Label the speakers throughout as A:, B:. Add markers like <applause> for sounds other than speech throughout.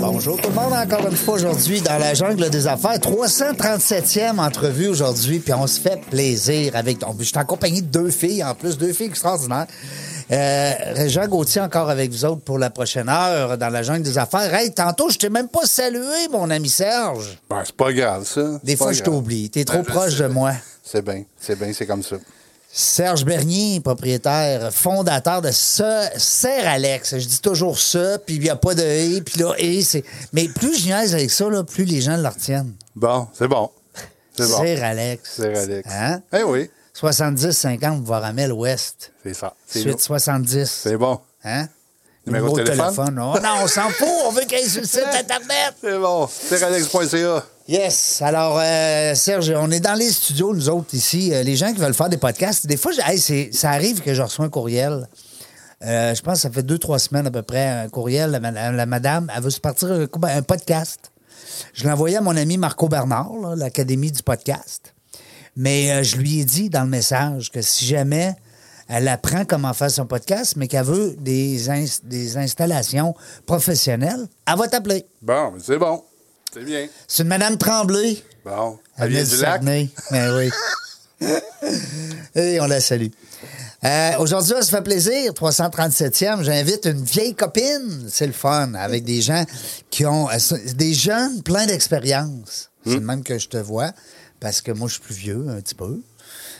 A: Bonjour tout le monde, encore une fois aujourd'hui dans la jungle des affaires. 337e entrevue aujourd'hui, puis on se fait plaisir avec. Donc, je suis en compagnie de deux filles, en plus, deux filles extraordinaires. Euh, Régent Gauthier encore avec vous autres pour la prochaine heure dans la jungle des affaires. Hey, tantôt, je t'ai même pas salué, mon ami Serge.
B: Ben, c'est pas grave, ça.
A: Des
B: C'est
A: fois,
B: pas
A: je
B: grave.
A: t'oublie. T'es trop
B: Ben, je
A: proche
B: sais.
A: de moi.
B: C'est bien, c'est bien, c'est comme ça.
A: Serge Bernier, propriétaire, fondateur de ce Serre Alex. Je dis toujours ça, puis il n'y a pas de et, puis là, et c'est. Mais plus je niaise avec ça, là, plus les gens le retiennent.
B: Bon, c'est bon. C'est bon.
A: Serre Alex.
B: C'est Alex.
A: Hein?
B: Eh oui,
A: 70-50, Varamel Ouest.
B: c'est ça. C'est
A: Suite
B: nous.
A: 70.
B: C'est bon.
A: Hein?
B: Numéro de téléphone?
A: Non, non, on s'en fout. On veut
B: <laughs>
A: qu'elle sur le site Internet.
B: C'est bon. Serralex.ca.
A: Yes. Alors, euh, Serge, on est dans les studios, nous autres, ici. Euh, les gens qui veulent faire des podcasts, des fois, j'ai- hey, c'est- ça arrive que je reçois un courriel. Euh, je pense que ça fait deux, trois semaines à peu près, un courriel. La, ma- la madame, elle veut se partir un, co- ben, un podcast. Je l'ai envoyé à mon ami Marco Bernard, là, l'Académie du podcast. Mais euh, je lui ai dit dans le message que si jamais elle apprend comment faire son podcast, mais qu'elle veut des, ins- des installations professionnelles, elle va t'appeler.
B: Bon, mais c'est bon. C'est bien.
A: C'est une madame Tremblay.
B: Bon.
A: Elle vient du
B: lac.
A: Saguenay. Ben oui. Et on la salue. Euh, Aujourd'hui, ça se fait plaisir, 337e. J'invite une vieille copine, c'est le fun, avec des gens qui ont. euh, so- des jeunes pleins d'expérience. C'est le même que je te vois, parce que moi, je suis plus vieux, un petit peu.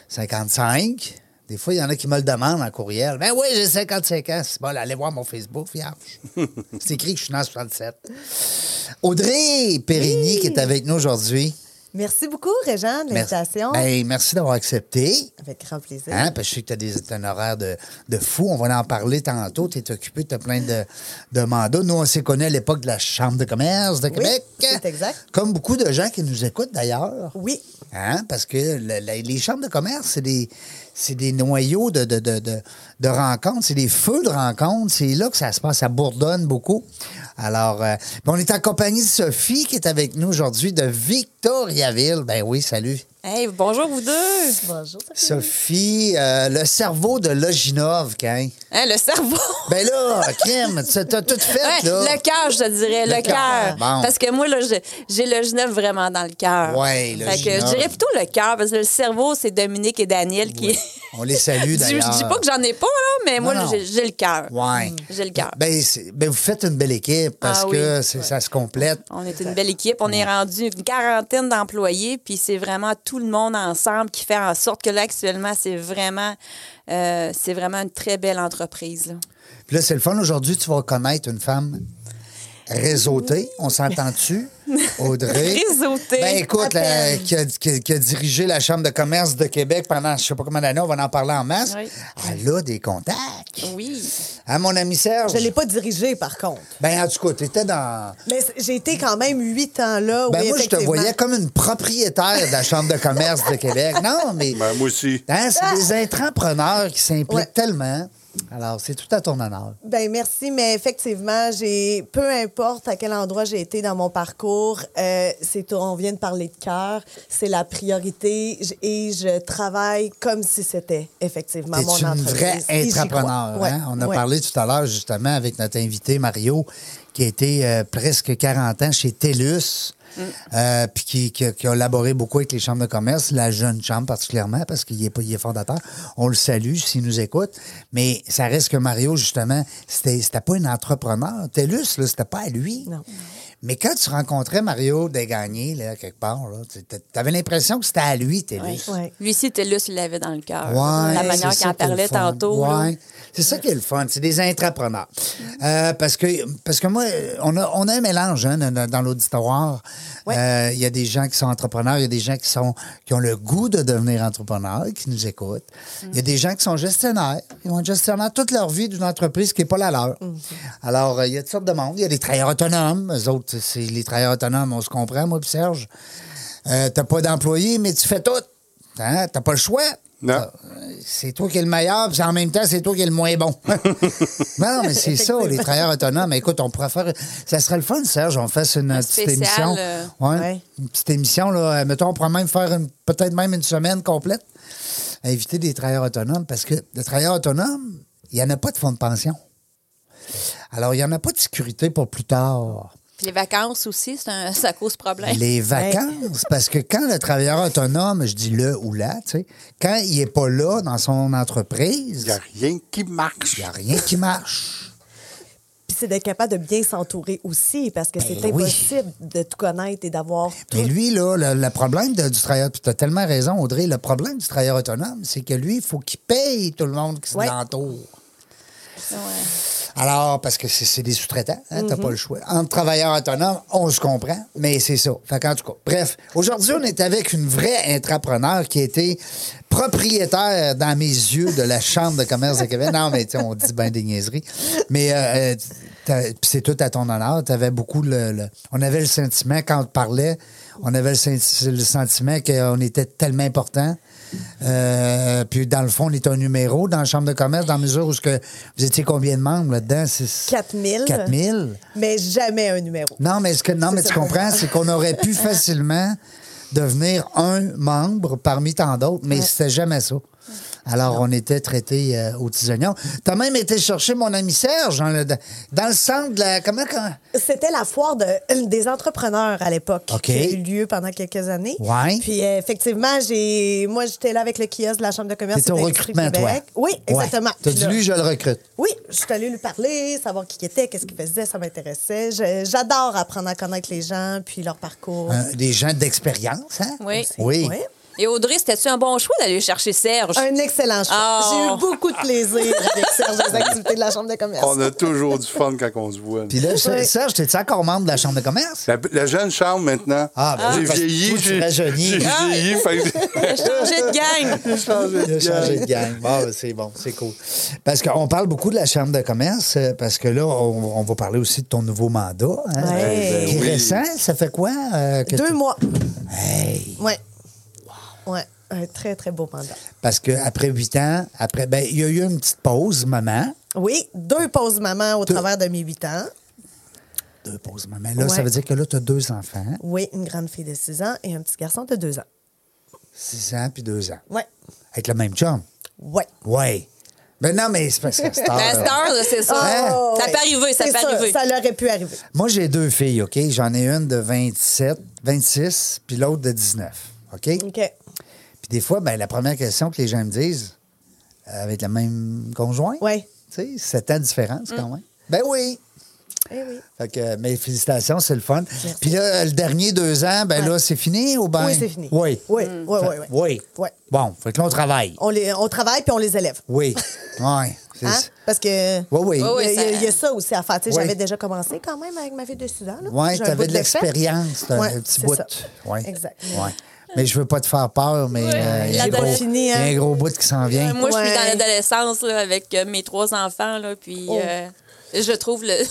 A: 55. Des fois, il y en a qui me le demandent en courriel. Ben oui, j'ai 55 ans. C'est bon, allez voir mon Facebook, vierge. c'est écrit que je suis né en 67. Audrey Périgny, qui est avec nous aujourd'hui.
C: Merci beaucoup, Réjean, de
A: Merci.
C: l'invitation.
A: Ben, merci d'avoir accepté.
C: Avec grand plaisir.
A: Hein, parce que je sais que tu as des, t'as un horaire de, de fou. On va en parler tantôt. Tu es occupé, tu as plein de, de mandats. Nous, on s'est connus à l'époque de la Chambre de commerce de Québec.
C: c'est exact.
A: Comme beaucoup de gens qui nous écoutent d'ailleurs.
C: Oui,
A: Hein, parce que le- la- les chambres de commerce, c'est des, c'est des noyaux de, de, de, de, de rencontres, c'est des feux de rencontres. C'est là que ça se passe, ça bourdonne beaucoup. Alors, euh, on est en compagnie de Sophie qui est avec nous aujourd'hui de Victoriaville. Ben oui, salut.
D: Hey, bonjour vous deux.
C: bonjour. Sophie.
A: Sophie, euh, le cerveau de Loginov, quand?
D: Hein, le cerveau.
A: Ben là, crime, tu- t'as tout
D: Hein,
A: fait, Ben, là.
D: le cœur, je te dirais,
A: Le
D: le,
A: cœur,
D: cœur.
A: bon.
D: Parce que moi, là, je- j'ai le Genève vraiment dans le cœur.
A: Ouais, le
D: Fait que je
A: Genève.
D: dirais plutôt le cœur, parce que le cerveau, c'est Dominique et Daniel qui.
A: On les salue,
D: Du-
A: d'ailleurs.
D: <laughs> je dis pas que j'en ai pas, là, mais moi,
A: non.
D: j'ai j'ai le cœur. Mm,
A: Ouais.
D: J'ai le cœur.
A: Ben, c'est- ben, vous faites une belle équipe parce
D: Ah oui.
A: que c'est- ça se complète.
D: On est
A: ben,
D: une belle équipe. On est rendu une quarantaine d'employés, puis c'est vraiment tout le monde ensemble qui fait en sorte que là, actuellement, c'est vraiment, euh, c'est vraiment une très belle entreprise. là.
A: Puis là, c'est le fun. Aujourd'hui, tu vas connaître une femme réseautée. On s'entend-tu, Audrey?
D: <laughs> Réseautée.
A: Ben, écoute,
C: À
A: la-
C: peine.
A: qui, a, qui a- qui a dirigé la Chambre de commerce de Québec pendant je sais pas combien d'années, on va en parler en masse.
D: Oui.
A: Elle a des contacts.
D: Oui.
A: Hein, mon ami Serge?
C: Je ne l'ai pas dirigé, par contre.
A: Ben, en tout cas, t'étais dans...
C: Mais c- j'ai été quand même huit ans là.
A: Ben
C: oui,
A: moi, je te
C: effectivement.
A: voyais comme une propriétaire de la Chambre de commerce de
C: <laughs>
A: Québec. Non, mais
B: Ben, moi aussi.
A: hein, c'est des intrapreneurs qui s'impliquent
C: Ah! Ouais.
A: tellement. Alors, c'est tout à ton honneur.
C: Ben merci, mais effectivement, j'ai peu importe à quel endroit j'ai été dans mon parcours, euh, c'est on vient de parler de cœur, c'est la priorité j- et je travaille comme si c'était effectivement mon
A: T'es une
C: entreprise.
A: vraie
C: Et j'y crois.
A: intrapreneur.
C: Ouais,
A: hein? On a
C: ouais.
A: parlé tout à l'heure, justement, avec notre invité Mario, qui a été euh, presque 40 ans chez TELUS,
C: Mm.
A: euh, puis qui, qui a- qui a collaboré beaucoup avec les chambres de commerce, la jeune chambre particulièrement, parce qu'il est, pas- il est fondateur. On le salue s'il nous écoute. Mais ça reste que Mario, justement, c'était c'était pas un entrepreneur. TELUS, là, c'était pas à lui.
C: Non.
A: Mais quand tu rencontrais Mario Desgagnés, là, quelque part, là, tu avais l'impression que c'était à lui, t'es
D: Ouais.
A: lui.
C: Ouais.
D: Lui aussi, était là, il l'avait dans le cœur.
A: Ouais,
D: euh, la manière
A: c'est
D: qu'il en
A: ça qui est le
D: parlait
A: fun.
D: tantôt. là. Mm.
A: Ouais. C'est ça qui est le fun, c'est des intrapreneurs. Euh, parce, que, parce que moi, on a, on a un mélange hein, dans, dans l'auditoire. Euh, Il y a des gens qui sont entrepreneurs, il y a des gens qui, sont, qui ont le goût de devenir entrepreneurs, qui nous écoutent.
D: Mm.
A: Il y a des gens qui sont gestionnaires, ils vont être gestionnaires toute leur vie d'une entreprise qui n'est pas la leur.
D: Mm-hmm.
A: Alors, euh, il y a toutes sortes de monde. Il y a des travailleurs autonomes, eux autres, c'est les travailleurs autonomes, on se comprend, moi puis Serge. Euh, T'as pas d'employé, mais tu fais tout. Hein? T'as pas le choix.
B: Non.
A: Euh, c'est toi qui es le meilleur, puis en même temps, c'est toi qui es le moins
B: <laughs>
A: bon. <laughs> non, mais c'est ça, les travailleurs autonomes. Écoute, on pourrait faire. Ça serait le fun, Serge, on fasse une petite
D: spécial,
A: émission.
D: euh,
A: Ouais,
C: ouais.
A: Une petite émission, là. Euh, Mettons, on pourrait même faire une- peut-être même une semaine complète à éviter des travailleurs autonomes, parce que le travailleur autonome, il n'y en a pas de fonds de pension. Alors, il n'y en a pas de sécurité pour plus tard.
D: Puis les vacances aussi, c'est un- <laughs> ça cause problème.
A: Les vacances, parce que quand le travailleur autonome, je dis le ou la, tu sais, quand il n'est pas là dans son entreprise,
B: Il n'y a rien qui marche.
A: il n'y a rien qui marche.
C: Puis c'est d'être capable de bien s'entourer aussi, parce que c'est
A: Ben oui.
C: impossible de tout connaître et d'avoir tout.
A: Mais lui, là, le, le problème de- du travailleur, tu as tellement raison, Audrey, le problème du travailleur autonome, c'est que lui, il faut qu'il paye tout le monde qui
C: Ouais.
A: l'entoure.
D: Ouais.
A: Alors, parce que c'est c'est des sous-traitants, hein, t'as pas le choix. Entre travailleurs autonomes, on se comprend, mais c'est ça. Fait qu'en tout cas, bref, aujourd'hui, on est avec une vraie intrapreneur qui était propriétaire, dans mes yeux, de la Chambre de commerce de Québec. Non, mais tu sais, on dit ben des niaiseries. Mais euh, euh, t'as- puis c'est tout à ton honneur. T'avais beaucoup le, le- On avait le sentiment, quand on te parlait, on avait le, sen- le sentiment qu'on était tellement important. Euh, puis dans le fond, on est un numéro dans la Chambre de commerce, dans la mesure où ce que vous étiez combien de membres là-dedans? C'est-
C: 4000.
A: 4000?
C: Mais jamais un numéro.
A: Non, mais, ce que, non, mais tu comprends, c'est qu'on aurait
C: <laughs>
A: pu facilement devenir un membre parmi tant d'autres, mais c'était jamais ça. Alors, on était traité au aux petits oignons. T'as même été chercher mon ami Serge dans le, dans le centre de la... Comment... comment-
C: C'était la foire de- euh, des entrepreneurs à l'époque
A: OK.
C: qui a eu lieu pendant quelques années.
A: Ouais.
C: Puis euh, effectivement, j'ai moi j'étais là avec le kiosque de la Chambre de commerce
A: T'étais
C: et
A: au
C: d'industrie
A: recrutement, toi?
C: Québec. Oui, exactement.
A: Tu T'as
C: Puis
A: dit,
C: là-
A: lui, je le recrute.
C: Oui, je suis allée lui parler, savoir qui il était, qu'est-ce qu'il faisait, ça m'intéressait. Je- J'adore apprendre à connaître les gens puis leur parcours.
A: Un- Euh, des gens d'expérience, hein?
D: Oui.
A: Oui.
C: Ouais.
D: Et Audrey, c'était-tu un bon choix d'aller chercher Serge? <laughs>
C: Un excellent choix.
D: Oh.
C: J'ai eu beaucoup de plaisir avec Serge
A: <laughs>
C: des activités de la Chambre de commerce.
B: On a toujours du fun quand on se voit.
A: Puis là,
C: Oui.
A: Serge, t'es-tu encore membre de la Chambre de commerce?
B: <laughs> La, la jeune chambre maintenant.
A: Ah, ben oui,
B: j'ai
A: parce que toi,
B: vieilli.
A: tu
B: J'ai
A: rajeunis.
B: j'ai
D: Ah.
B: vieilli. fait que
D: Il a changé de gang.
B: j'ai changé
A: <laughs> Il
B: de
A: a changé de
B: gang.
A: gang. Bon, ben, c'est bon, c'est cool. Parce qu'on parle beaucoup de la Chambre de commerce, euh, parce que là, on, on va parler aussi de ton nouveau mandat. hein,
C: Ouais.
A: Qui est
B: Ben oui.
A: récent, ça fait quoi? euh, que
C: Deux
A: tu-
C: mois.
A: Hey!
C: Ouais. Ouais. Un très, très beau mandat.
A: Parce qu'après huit ans, après, ben, il y a eu une petite pause, maman.
C: Oui, deux pauses maman au travers de mes huit ans.
A: Deux pauses, maman. Là, ça
C: Ouais.
A: veut dire que là, tu as deux enfants,
C: Oui, une grande fille de six ans et un petit garçon de deux ans.
A: six ans puis deux ans.
C: Ouais.
A: Avec le même chum.
C: Ouais.
A: Oui. Ben non, mais c'est parce que c'est tard,
D: La
A: là.
D: star, là, c'est ça.
A: Ah!
C: Oh,
D: ça
C: ouais.
D: peut arriver, ça
C: C'est
D: peut
C: sûr,
D: arriver.
C: Ça leur aurait pu arriver.
A: Moi, j'ai deux filles, OK? J'en ai une de 27, 26, puis l'autre de 19, OK?
C: OK.
A: Puis des fois, ben, la première question que les gens me disent, euh, avec le même conjoint,
C: Ouais. Mm.
A: tu sais, 7 ans de différence quand même. Ben oui.
C: Eh oui.
A: Fait que, euh, mes félicitations, c'est le fun. Puis là, euh, le dernier deux ans, ben
C: Ouais.
A: là, c'est fini ou ben?
C: Oui, c'est fini.
A: Oui.
C: Oui,
D: Hmm.
C: oui,
A: Fait-
C: oui. oui.
A: Oui.
C: Ouais.
A: Bon, fait que là, on travaille.
C: On, les, on travaille puis on les élève. <laughs>
A: Oui. oui. C'est
C: Hein?
A: ça.
C: Parce que.
A: Oui, oui.
D: Oui, oui.
C: Il y, a,
D: ça-
C: il y a ça aussi à faire. Tu sais,
A: Ouais.
C: J'avais déjà commencé quand même avec ma fille de 6 ans. là.
A: Oui,
C: J'ai
A: tu
C: un
A: avais
C: bout
A: de
C: fait.
A: l'expérience, t'as
C: Ouais,
A: un petit
C: c'est
A: bout.
C: ça.
A: Oui.
C: Exact.
A: Oui. Mais je veux pas te faire peur, mais euh, il y a un
D: J'ai pas
A: gros-
C: fini,
A: il y a
C: hein.
A: un gros bout qui s'en vient.
D: Euh, Moi, je suis
C: Ouais.
D: dans l'adolescence là, avec euh, mes trois enfants, là, puis
C: Oh.
D: euh, je trouve le. <laughs>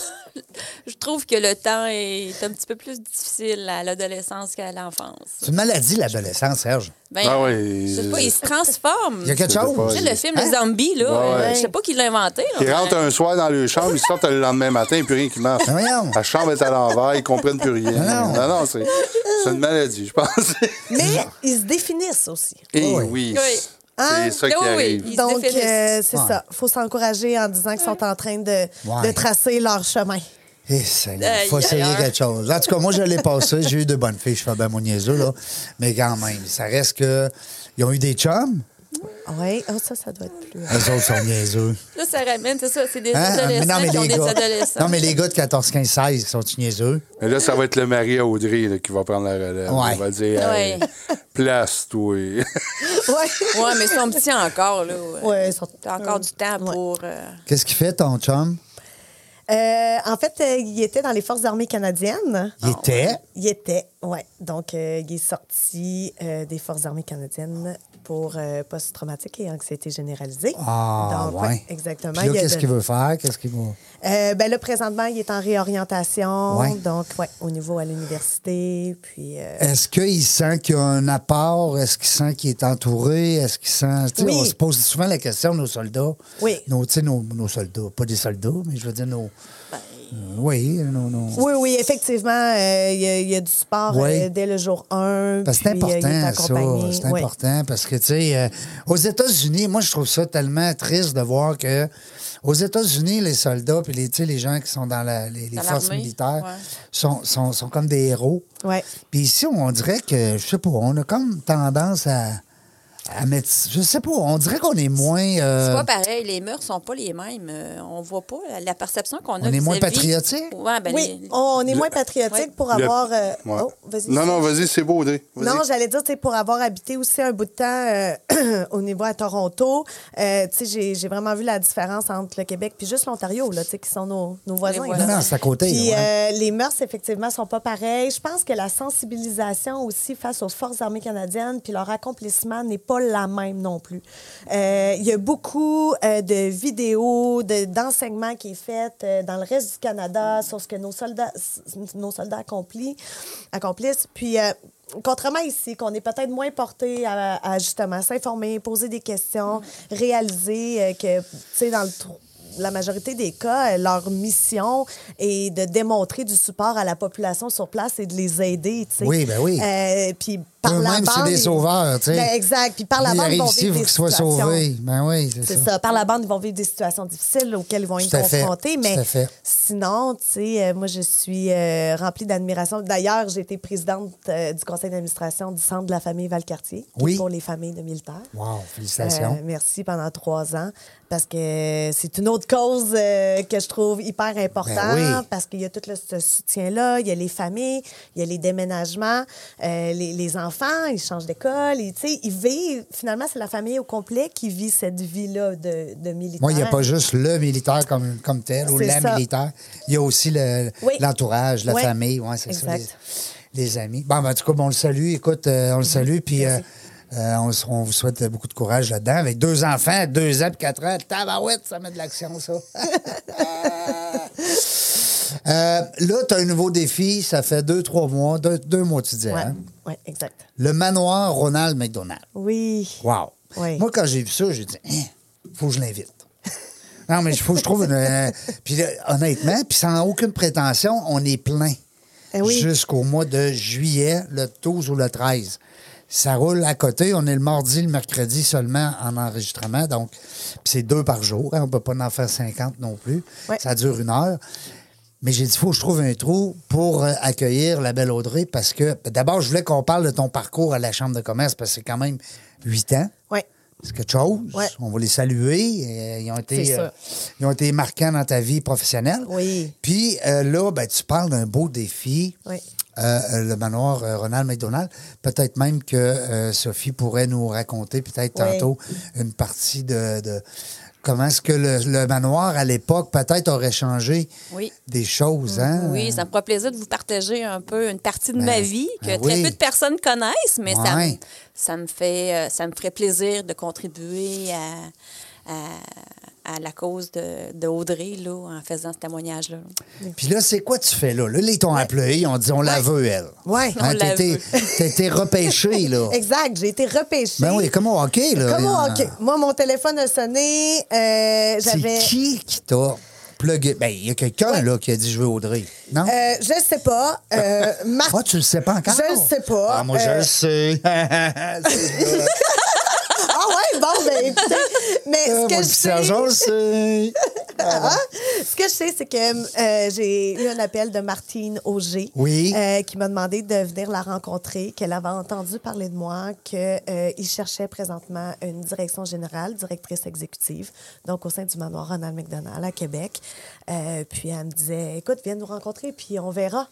D: Je trouve que le temps est un petit peu plus difficile à l'adolescence qu'à l'enfance.
A: C'est une maladie, l'adolescence, Serge.
D: Ben,
B: Ah
D: Je
B: oui.
D: sais pas, il se transforme.
A: Il y a quelque
B: Je sais
A: chose?
B: pas,
D: Tu sais, le film
A: Hein?
D: Les Zombies, là,
B: Ouais, ouais.
D: euh, je sais pas qui l'a inventé. là.
B: Ils rentrent un soir dans leur chambre, ils sortent le lendemain matin, puis rien qui marche.
A: Mais Ben voyons. Ben
B: La chambre est à l'envers, ils comprennent plus rien.
A: Non, non.
B: non, c'est c'est une maladie, je pense.
C: Mais ils se définissent aussi.
B: Eh
A: Oui.
B: oui.
D: Oui.
B: C'est ça qui
D: Oui, oui.
B: arrive.
D: Ils se
C: Donc,
D: définissent.
C: euh, c'est
A: Ouais.
C: ça. Il faut s'encourager en disant qu'ils sont en train de,
A: Ouais.
C: de tracer leur chemin.
A: Eh, Seigneur,
D: Aïe,
A: faut
D: aïe,
A: essayer
D: aïe.
A: quelque chose. En tout cas, moi, je l'ai passé. J'ai eu de bonnes filles. Je fais bien mon niaiseux, là. Mais quand même, ça reste que. Ils ont eu des chums.
C: Oui, oh, ça, ça doit être <laughs> plus.
A: Les autres sont
D: <laughs>
A: niaiseux.
D: Là, ça ramène, c'est ça, c'est des
A: Hein? Mais
D: adolescents
A: non, mais
D: qui ont
A: les
D: des
A: gars.
D: adolescents.
A: Non, mais les gars de 14, 15, 16 sont niaiseux.
B: Mais là, ça va être le mari à Audrey là, qui va prendre la relève.
A: Ouais. Oh,
B: On va dire,
D: Ouais.
B: hey, place, toi.
C: Oui.
D: Ouais, mais ils sont petits encore, là. Ouais.
C: Ouais, ils sont-
D: T'as encore du temps
C: Ouais.
D: pour. euh,
A: Qu'est-ce qu'il fait, ton chum?
C: Euh, en fait, euh, il était dans les Forces armées canadiennes.
A: Il était.
C: Il était, oui. Donc, euh, il est sorti euh, des Forces armées canadiennes pour euh, post-traumatique et anxiété généralisée.
A: Ah,
C: Donc,
A: ouais.
C: exactement.
A: Puis là,
C: Il a
A: qu'est-ce
C: donné-
A: qu'il veut faire? Qu'est-ce qu'il veut.
C: Euh, ben là, présentement, il est en réorientation.
A: Ouais.
C: Donc, ouais, au niveau à l'université. Puis, euh,
A: Est-ce qu'il sent qu'il y a un apport? Est-ce qu'il sent qu'il est entouré? Est-ce qu'il sent. Tu sais,
C: Oui.
A: On se pose souvent la question, nos soldats.
C: Oui.
A: Nos, tu sais, nos, nos soldats. Pas des soldats, mais je veux dire nos. Euh, oui, nos. nos-
C: Ben. Oui, oui, effectivement, euh, il y, a- il y a du support
A: Ouais.
C: euh, dès le jour 1.
A: Parce que c'est
C: puis, euh, il est
A: important, ça.
C: accompagné.
A: C'est
C: Ouais.
A: important parce que, tu sais, euh, aux États-Unis, moi, je trouve ça tellement triste de voir que, aux États-Unis, les soldats, puis les, tu sais, les gens qui sont dans la- les, les
D: Dans
A: forces
D: l'armée,
A: militaires
D: ouais.
A: sont, sont, sont comme des héros.
C: Ouais.
A: Puis ici, on dirait que, je sais pas, on a comme tendance à, à mettre. Je sais pas, on dirait qu'on est moins. euh,
D: C'est pas pareil. Les mœurs sont pas les mêmes. Euh, on voit pas la, la perception qu'on a.
A: On est moins
D: vis-à-vis-
A: patriotique?
D: Ouais, ben,
C: Oui,
D: les-
C: on est moins patriotique
D: Ouais.
C: pour
B: Le-
C: avoir. euh,
B: Ouais.
C: oh, vas-y.
B: non, non, vas-y, c'est beau, Audrey. Vas-y.
C: Non, j'allais dire, tu sais, pour avoir habité aussi un bout de temps euh, <clears throat> au niveau à Toronto, euh, tu sais, j'ai- j'ai vraiment vu la différence entre le Québec puis juste l'Ontario, là, tu sais, qui sont nos, nos voisins.
D: voisins.
C: là.
A: Non, c'est à côté,
C: Puis
A: ouais.
C: euh, les mœurs, effectivement, sont pas pareilles. Je pense que la sensibilisation aussi face aux Forces armées canadiennes puis leur accomplissement n'est pas la même non plus. Euh, Il y a beaucoup euh, de vidéos, de- d'enseignements qui est fait euh, dans le reste du Canada sur ce que nos soldats, s- nos soldats accomplis- accomplissent. Puis... euh, Contrairement ici, qu'on est peut-être moins porté à, à justement s'informer, poser des questions, réaliser euh, que, tu sais, dans le trou- la majorité des cas, euh, leur mission est de démontrer du support à la population sur place et de les aider. tu sais.
A: Oui, ben oui.
C: Euh, puis par la
A: Eux-mêmes, c'est
C: bande,
A: des
C: ils-
A: sauveurs, tu sais.
C: Ben, exact. Puis par la
A: ils
C: bande, ils
A: arrivent
C: vont
A: ici, il
C: vivre
A: faut
C: des
A: qu'ils soient
C: situations.
A: sauvés. Ben oui, c'est ça.
C: C'est ça. Par la bande, ils vont vivre des situations difficiles auxquelles ils vont être
A: Tout à fait.
C: confrontés.
A: Tout
C: Mais
A: à fait.
C: sinon, tu sais, euh, moi, je suis euh, remplie d'admiration. D'ailleurs, j'ai été présidente euh, du conseil d'administration du Centre de la famille Valcartier, qui
A: Oui.
C: est pour les familles de militaires.
A: Wow, félicitations.
C: Euh, merci pendant trois ans parce que c'est une autre cause euh, que je trouve hyper importante
A: Ben oui.
C: parce qu'il y a tout le- ce soutien-là, il y a les familles, il y a les déménagements, euh, les, les enfants, ils changent d'école, et, tu sais, ils vivent, finalement, c'est la famille au complet qui vit cette vie-là de, de militaire.
A: Moi, il n'y a pas juste le militaire comme, comme tel ou
C: Ah. C'est
A: la
C: ça.
A: militaire. Il y a aussi le-
C: Oui.
A: l'entourage, la
C: Oui.
A: famille, ouais, c'est ça, les,
C: Exact. Mhm.
A: les amis. Bon, ben, en tout cas, bon, on le salue. Écoute, euh, on le salue, puis euh, euh, on, s- on vous souhaite beaucoup de courage là-dedans. Avec deux enfants, deux ans, puis quatre ans, tabarouette, ça met de l'action,
C: <laughs>
A: ça. Euh, là, tu as un nouveau défi. Ça fait deux, trois mois, deux, deux mois, tu disais.
C: Ouais,
A: hein?
C: ouais, exact.
A: Le manoir Ronald McDonald.
C: Oui.
A: Wow.
C: Oui.
A: Moi, quand j'ai vu ça, j'ai dit, Hein, faut que je l'invite. Non, mais il faut que je trouve une. euh, puis là, honnêtement, puis sans aucune prétention, on est plein.
C: Eh oui.
A: Jusqu'au mois de juillet, le 12 ou le 13. Ça roule à côté. On est le mardi, le mercredi seulement en enregistrement. Donc, puis c'est deux par jour. hein, on ne peut pas en faire 50 non plus.
C: Ouais.
A: Ça dure une heure. Mais j'ai dit, il faut que je trouve un trou pour euh, accueillir la belle Audrey parce que, ben, d'abord, je voulais qu'on parle de ton parcours à la Chambre de commerce parce que c'est quand même huit ans.
C: Ouais.
A: C'est quelque chose.
C: Ouais.
A: On va les saluer. Euh, ils, ont été,
C: C'est
A: euh,
C: ça.
A: ils ont été marquants dans ta vie professionnelle.
C: Oui.
A: Puis euh, là, ben, tu parles d'un beau défi.
C: Oui.
A: Euh, euh, le manoir euh, Ronald McDonald. Peut-être même que euh, Sophie pourrait nous raconter peut-être
C: Oui.
A: tantôt une partie de, de comment est-ce que le, le manoir à l'époque peut-être aurait changé
D: Oui.
A: des choses. Hein?
D: Oui, ça me fera plaisir de vous partager un peu une partie de ma vie que
A: ben
D: très
A: oui.
D: peu de personnes connaissent, mais ça, me,
A: Ouais.
D: ça, me fait, euh, ça me ferait plaisir de contribuer à, à, à la cause de, de Audrey là, en faisant ce témoignage-là.
A: Puis là, c'est quoi tu fais là? Là, ils t'ont appelé, ils ont dit on la veut, elle.
C: Ouais.
A: Hein,
D: On la
A: t'as été-
D: veut.
A: t'as été repêché,
C: <laughs>
A: là.
C: Exact, j'ai été repêchée.
A: Oh. Ben oui, comme au hockey, là.
C: Comme au
A: Euh,
C: hockey. Moi, mon téléphone a sonné. euh,
A: C'est
C: J'avais.
A: qui qui t'a plugué? Ben, il y a quelqu'un,
C: Ouais.
A: là, qui a dit je veux Audrey. Non?
C: Euh, je sais pas.
A: <laughs>
C: Euh, Marc-
A: Ah, tu le sais pas encore?
C: Je le sais pas.
A: Ah, moi, je
C: Euh,
A: le
C: <laughs>
A: sais. C'est là.
C: Ah ouais, bon, ben écoutez. Mais
A: Moi,
C: ce que
A: le
C: je sais, <laughs>
A: Sergent, je le sais.
C: Ce que je sais, c'est que euh, j'ai eu un appel de Martine Auger
A: Oui.
C: euh, qui m'a demandé de venir la rencontrer, qu'elle avait entendu parler de moi, qu'il cherchait présentement une direction générale, directrice exécutive, donc au sein du manoir Ronald McDonald à Québec. Euh, puis elle me disait, écoute, viens nous rencontrer, puis on verra.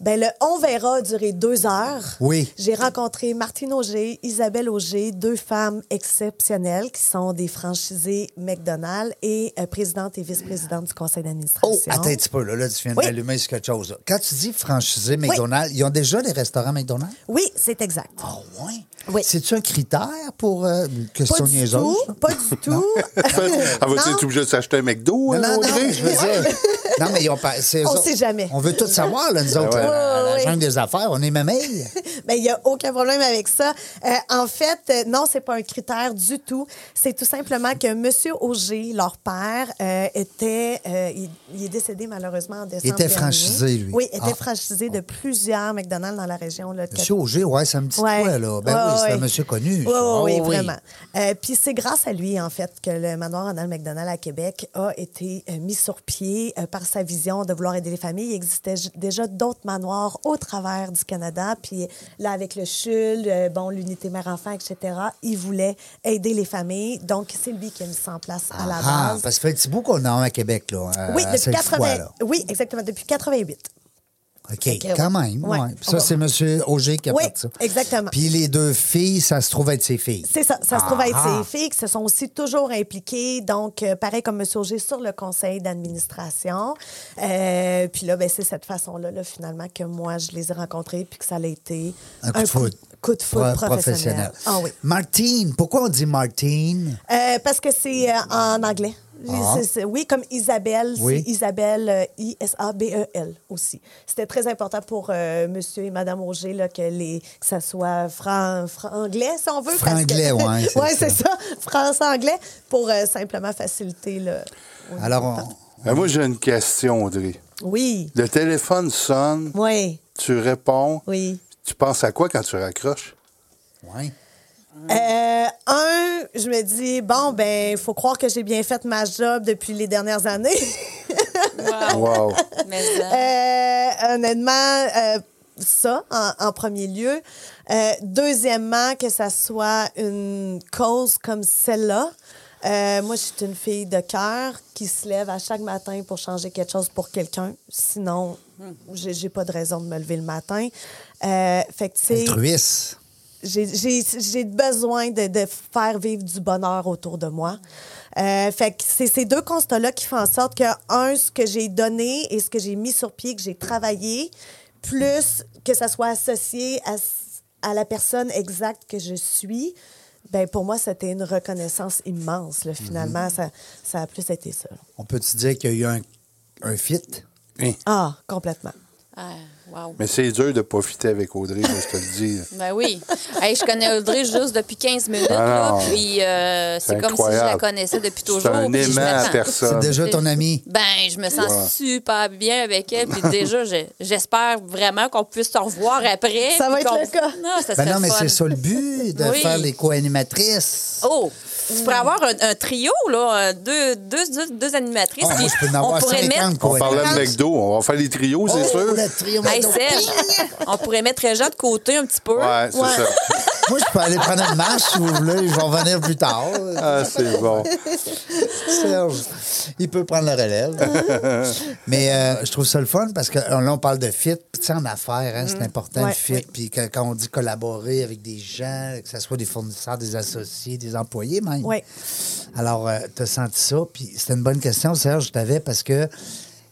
C: Ben le on verra a duré deux heures.
A: Oui.
C: J'ai rencontré Martine Auger, Isabelle Auger, deux femmes exceptionnelles qui sont des franchisées McDonald's et euh, présidente et vice-présidente du conseil d'administration.
A: Oh, attends un petit peu, là, là tu viens
C: Oui.
A: d'allumer sur quelque chose. là. Quand tu dis franchisé McDonald's, ils ont déjà des restaurants McDonald's?
C: Oui, c'est exact.
A: Ah oui?
C: Oui.
A: C'est-tu un critère pour euh, une question
C: Pas du,
A: niaiseuse?
C: tout,
A: là?
C: pas du
A: <laughs>
C: tout. <laughs>
B: Elle va
C: Non.
B: être obligée de s'acheter un McDo,
A: Non,
B: hein,
A: non, non,
B: Audrey?
A: mais je veux dire. Non, mais ils ont pas. c'est eux
C: On
A: autres.
C: sait jamais.
A: On veut tout savoir, là, nous autres,
C: ouais.
A: là, la, la
C: Ouais, ouais.
A: jungle des affaires, on est mamelles.
C: Ben, il n'y a aucun problème avec ça. Euh, en fait, euh, non, c'est pas un critère du tout. C'est tout simplement que M. Auger, leur père, euh, était. euh, il, il est décédé malheureusement en décembre.
A: était
C: dernier.
A: franchisé, lui.
C: Oui, était
A: Ah.
C: franchisé de plusieurs McDonald's dans la région. Là, de
A: Monsieur Auger, ouais, ça me dit
C: Ouais.
A: quoi, là? Ben
C: Ouais,
A: oui, c'est un
C: ouais.
A: monsieur connu. ça.
C: Ouais, ouais,
A: Oh,
C: oui, vraiment. Euh, Puis c'est grâce à lui, en fait, que le manoir Ronald McDonald à Québec a été euh, mis sur pied euh, par sa vision de vouloir aider les familles. Il existait j- déjà d'autres manoirs au travers du Canada. Puis là, avec le CHUL, euh, bon, l'unité mère-enfant, etc., il voulait aider les familles. Donc, c'est lui qui a mis ça en place à la
A: Ah,
C: base.
A: parce que ça fait un petit bout qu'on a un à Québec, là. hein, à-
C: oui,
A: à
C: depuis
A: Sainte-Foy,
C: 80...
A: là.
C: oui, exactement, depuis 88.
A: OK,
C: que,
A: quand
C: ouais.
A: même.
C: Ouais.
A: ouais. Ça, c'est M. Auger qui a
C: Oui,
A: fait ça.
C: exactement.
A: Puis les deux filles, ça se trouve être ses filles.
C: C'est ça. Ça se trouve à être
A: Ah, ah.
C: ses filles qui se sont aussi toujours impliquées. Donc, euh, pareil comme M. Auger sur le conseil d'administration. Euh, puis là, ben, c'est cette façon-là, là, finalement, que moi, je les ai rencontrés puis que ça a été
A: Un coup de foudre.
C: coup de foudre
A: Pro-
C: professionnel. Ah oui.
A: Martine, pourquoi on dit Martine?
C: Euh, parce que c'est euh, en anglais.
A: Ah.
C: C'est- c'est- oui, comme Isabelle,
A: Oui.
C: c'est Isabelle euh, I-S-A-B-E-L aussi. C'était très important pour euh, monsieur et madame Auger là, que, les, que ça soit fran- franglais, si on veut. parce que-
A: Franglais,
C: <laughs>
A: ouais, c'est
C: Ouais,
A: ça.
C: c'est ça. Français-anglais pour euh, simplement faciliter le. au
A: Alors,
C: niveau
A: on-
B: Ben, moi, j'ai une question, Audrey.
C: de- Oui.
B: Le téléphone sonne,
C: Oui.
B: tu réponds.
C: Oui.
B: Tu penses à quoi quand tu raccroches?
A: ouais.
C: Euh, un, je me dis, bon, ben, il faut croire que j'ai bien fait ma job depuis les dernières années. <laughs>
D: Wow.
B: Wow!
D: <laughs> Mais, euh,
C: Euh, honnêtement, euh, ça, en, en premier lieu. Euh, deuxièmement, que ça soit une cause comme celle-là. Euh, moi, je suis une fille de cœur qui se lève à chaque matin pour changer quelque chose pour quelqu'un. Sinon, j'ai j'ai pas de raison de me lever le matin. Euh, fait que, tu sais,
A: Altruiste.
C: j'ai- J'ai j'ai besoin de, de faire vivre du bonheur autour de moi. Euh, fait que c'est ces deux constats-là qui font en sorte que, un, ce que j'ai donné et ce que j'ai mis sur pied, que j'ai travaillé, plus que ça soit associé à, s- à la personne exacte que je suis, ben pour moi, c'était une reconnaissance immense. là, finalement, ça, ça a plus été ça.
A: On peut-tu dire qu'il y a eu un, un fit?
B: Hein.
C: Ah, complètement.
D: ah, wow.
B: Mais c'est dur de profiter avec Audrey, moi, je te le dis.
D: Ben oui. Hey, je connais Audrey juste depuis 15 minutes.
B: Ah
D: là,
B: non.
D: puis euh, c'est
B: C'est
D: comme si je la
B: incroyable.
D: connaissais depuis
B: C'est
D: toujours.
B: un
D: puis je
B: aimant
D: m'attends.
B: à personne.
A: C'est déjà ton ami.
D: Ben, je me sens
B: Voilà.
D: super bien avec elle. Puis déjà, je- j'espère vraiment qu'on puisse se revoir après.
C: Ça va
D: puis
C: être
D: qu'on-
C: le cas.
D: Non, ça serait
A: Ben non, mais
D: fun.
A: c'est ça le but, de
D: Oui.
A: faire les co-animatrices.
D: Oh, tu pourrais avoir un, un trio, là, un- deux, deux, deux, deux animatrices.
A: Ah, moi, je peux en
D: puis on
A: avoir
D: pourrait
A: 50
D: mettre
B: On parlait de
A: co-animatrices.
B: McDo, on va faire les trios, c'est sûr?
A: Oh, le trio
D: Hey,
A: McDo.
D: Serge, on pourrait mettre Réjean de côté un petit peu.
B: Ouais, c'est
C: Ouais.
B: ça.
A: Moi, je peux aller prendre une marche si vous voulez. Je vais revenir plus tard.
B: Ah, c'est bon.
A: Serge, il peut prendre la relève. Mais euh, je trouve ça le fun parce que euh, là, on parle de fit. Puis, tu sais, en affaires, hein,
D: Mm.
A: c'est important le
C: Ouais,
A: fit.
C: oui.
A: Puis quand, quand on dit collaborer avec des gens, que ce soit des fournisseurs, des associés, des employés même.
C: Oui.
A: Alors, tu as senti ça. Puis c'était une bonne question, Serge, je t'avais parce que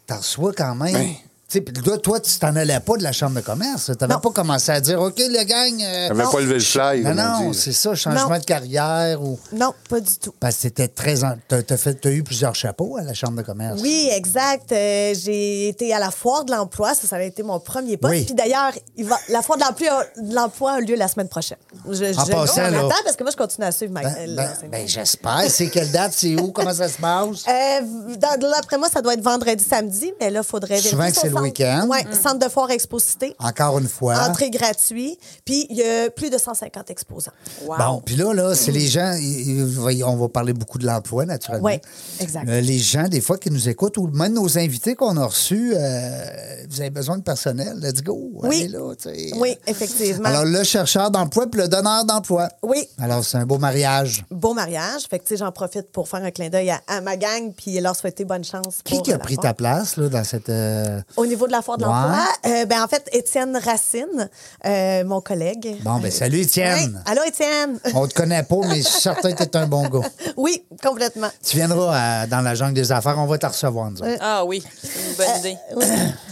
A: tu reçois quand même.
B: Oui.
A: Tu sais, puis toi, toi, tu t'en allais pas de la chambre de commerce. Tu n'avais
C: Non.
A: pas commencé à dire, OK, le gang. euh,
B: T'avais
A: non.
B: pas levé le fly,
A: Non,
B: comme on
A: non,
B: dit.
A: c'est ça, changement
C: Non.
A: de carrière ou.
C: Non, pas du tout.
A: Parce que c'était très. en- T'as t'as fait- t'as eu plusieurs chapeaux à la Chambre de commerce.
C: Oui, exact. Euh, j'ai été à la foire de l'emploi. Ça, ça a été mon premier poste.
A: Oui.
C: Puis d'ailleurs, il va- la foire de l'emploi, de l'emploi a lieu la semaine prochaine. Je, je-
A: passant,
C: on
A: là.
C: attend parce que moi, je continue à suivre ma.
A: Ben,
C: euh,
A: ben,
C: l'enseigne.
A: ben, j'espère. C'est quelle date? C'est où? Comment ça se passe?
C: <laughs> Euh, dans- d'après moi, ça doit être vendredi, samedi, mais là, il faudrait
A: Souvent que
C: vérifier
A: c'est
C: sur centre-
A: week-end. Ah,
C: Ouais, centre de foire Exposité.
A: Encore une fois.
C: Entrée gratuite. Puis il y a plus de 150 exposants.
D: Wow.
A: Bon, puis là, là, c'est les gens, ils- ils- on va parler beaucoup de l'emploi, naturellement.
C: Oui, exact.
A: Euh, les gens, des fois, qui nous écoutent, ou même nos invités qu'on a reçus, euh, vous avez besoin de personnel, let's go.
C: Oui.
A: allez là, tu sais.
C: Oui, effectivement.
A: Alors, le chercheur d'emploi puis le donneur d'emploi.
C: Oui.
A: Alors, c'est un beau mariage.
C: Beau mariage. Fait que, tu sais, j'en profite pour faire un clin d'œil à, à ma gang puis leur souhaiter bonne chance.
A: Qui,
C: pour,
A: qui
C: euh,
A: a
C: la
A: pris
C: foire.
A: ta place là, dans cette. euh,
C: Au niveau de la foire de
A: Ouais.
C: l'emploi, euh, ben, en fait, Étienne Racine, euh, mon collègue.
A: Bon, ben salut, Étienne.
C: Ouais. Allô, Étienne.
A: <laughs> On te connaît pas, mais je suis certain que t'es un bon gars.
C: <laughs> oui, complètement.
A: Tu viendras à- dans la jungle des affaires, on va te recevoir, nous autres.
D: Ah oui, c'est une bonne idée.
C: Euh, Oui.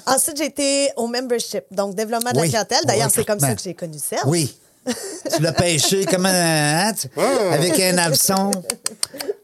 C: Ensuite, j'ai été au membership, donc développement de
A: Oui.
C: la clientèle. D'ailleurs,
A: Oui,
C: c'est comme
A: complètement.
C: ça que j'ai connu Serge.
A: Oui. tu l'as pêché comme un. hein, tu- avec un hameçon.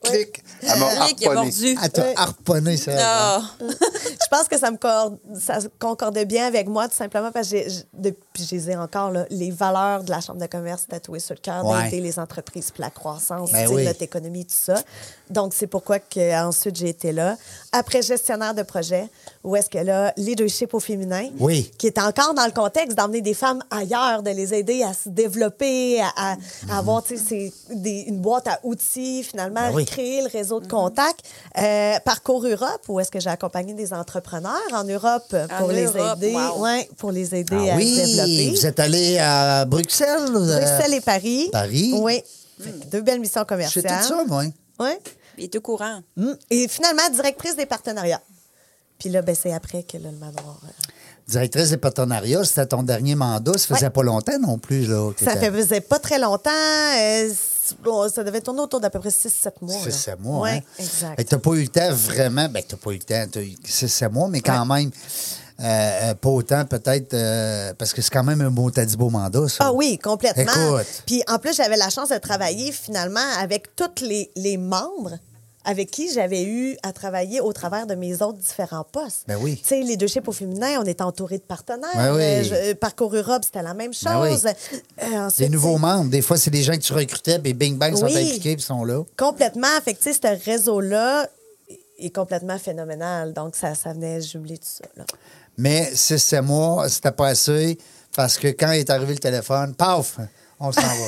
A: Clic.
B: Elle m'a
A: ah,
D: Nick, il a
B: harponné.
D: mordu.
A: Elle t'a harponné, ça.
D: Ah,
C: Je pense que ça me cor- ça concordait bien avec moi, tout simplement parce que j'ai- j'ai- depuis, je les ai encore, là, les valeurs de la Chambre de commerce tatouées sur le cœur,
A: Ouais.
C: d'aider les entreprises pour la croissance,
A: Ben
C: tu sais,
A: oui.
C: notre économie, tout ça. Donc, c'est pourquoi que, ensuite j'ai été là. Après, gestionnaire de projet, où est-ce que là, leadership au féminin,
A: Oui.
C: qui est encore dans le contexte d'emmener des femmes ailleurs, de les aider à se développer, à, à- à avoir tu sais, c'est des- une boîte à outils, finalement,
A: Mhm. Ben oui.
C: créer le réseau de contacts. Euh, parcours Europe, où est-ce que j'ai accompagné des entrepreneurs en Europe pour les
D: Europe,
C: aider,
D: wow.
C: ouais, pour les aider
A: Ah
C: à se
A: oui,
C: développer.
A: vous êtes allé à Bruxelles. euh,
C: Bruxelles et Paris.
A: Paris. Hmm.
C: Oui. Fait que Deux belles missions
A: Je sais
C: commerciales.
A: tout ça, moi.
C: Ouais.
D: il est au courant.
C: Mm. Et finalement, directrice des partenariats. Puis là, ben, c'est après que là, le manoir. euh,
A: Directrice des partenariats, c'était ton dernier mandat. Ça faisait
C: Ouais.
A: pas longtemps non plus. Là, que
C: Ça
A: t'as-
C: faisait pas très longtemps. euh, c- bon, ça devait tourner autour d'à peu près 6-7 mois.
A: C'est
C: là.
A: ça, mois.
C: Ouais,
A: hein?
C: exact.
A: Fait que t'as pas eu le temps vraiment. Ben, t'as pas eu le temps. T'as eu 6 mois, mais quand même, euh, euh, pas autant peut-être. euh, parce que c'est quand même un beau, t'as dit beau mandat, ça.
C: Ah oui, complètement.
A: Écoute.
C: Puis en plus, j'avais la chance de travailler finalement avec tous les, les membres avec qui j'avais eu à travailler au travers de mes autres différents postes.
A: Ben oui.
C: Tu sais, leadership au féminin, on était entouré de partenaires.
A: Ben oui.
C: Euh, je- euh, Parcours Europe, c'était la même
A: Ben oui.
C: chose. Euh, ensuite,
A: Des
C: tu sais,
A: nouveaux membres. Des fois, c'est des gens que tu recrutais, puis bing bang, ils sont
C: Oui.
A: impliqués, puis ils sont là.
C: Complètement. Fait que, tu sais, ce réseau-là est complètement phénoménal. Donc, ça, ça venait jumeler tout ça. là.
A: Mais 6 mois, c'était pas assez, parce que quand est arrivé le téléphone, paf, on s'en
D: <laughs>
A: va.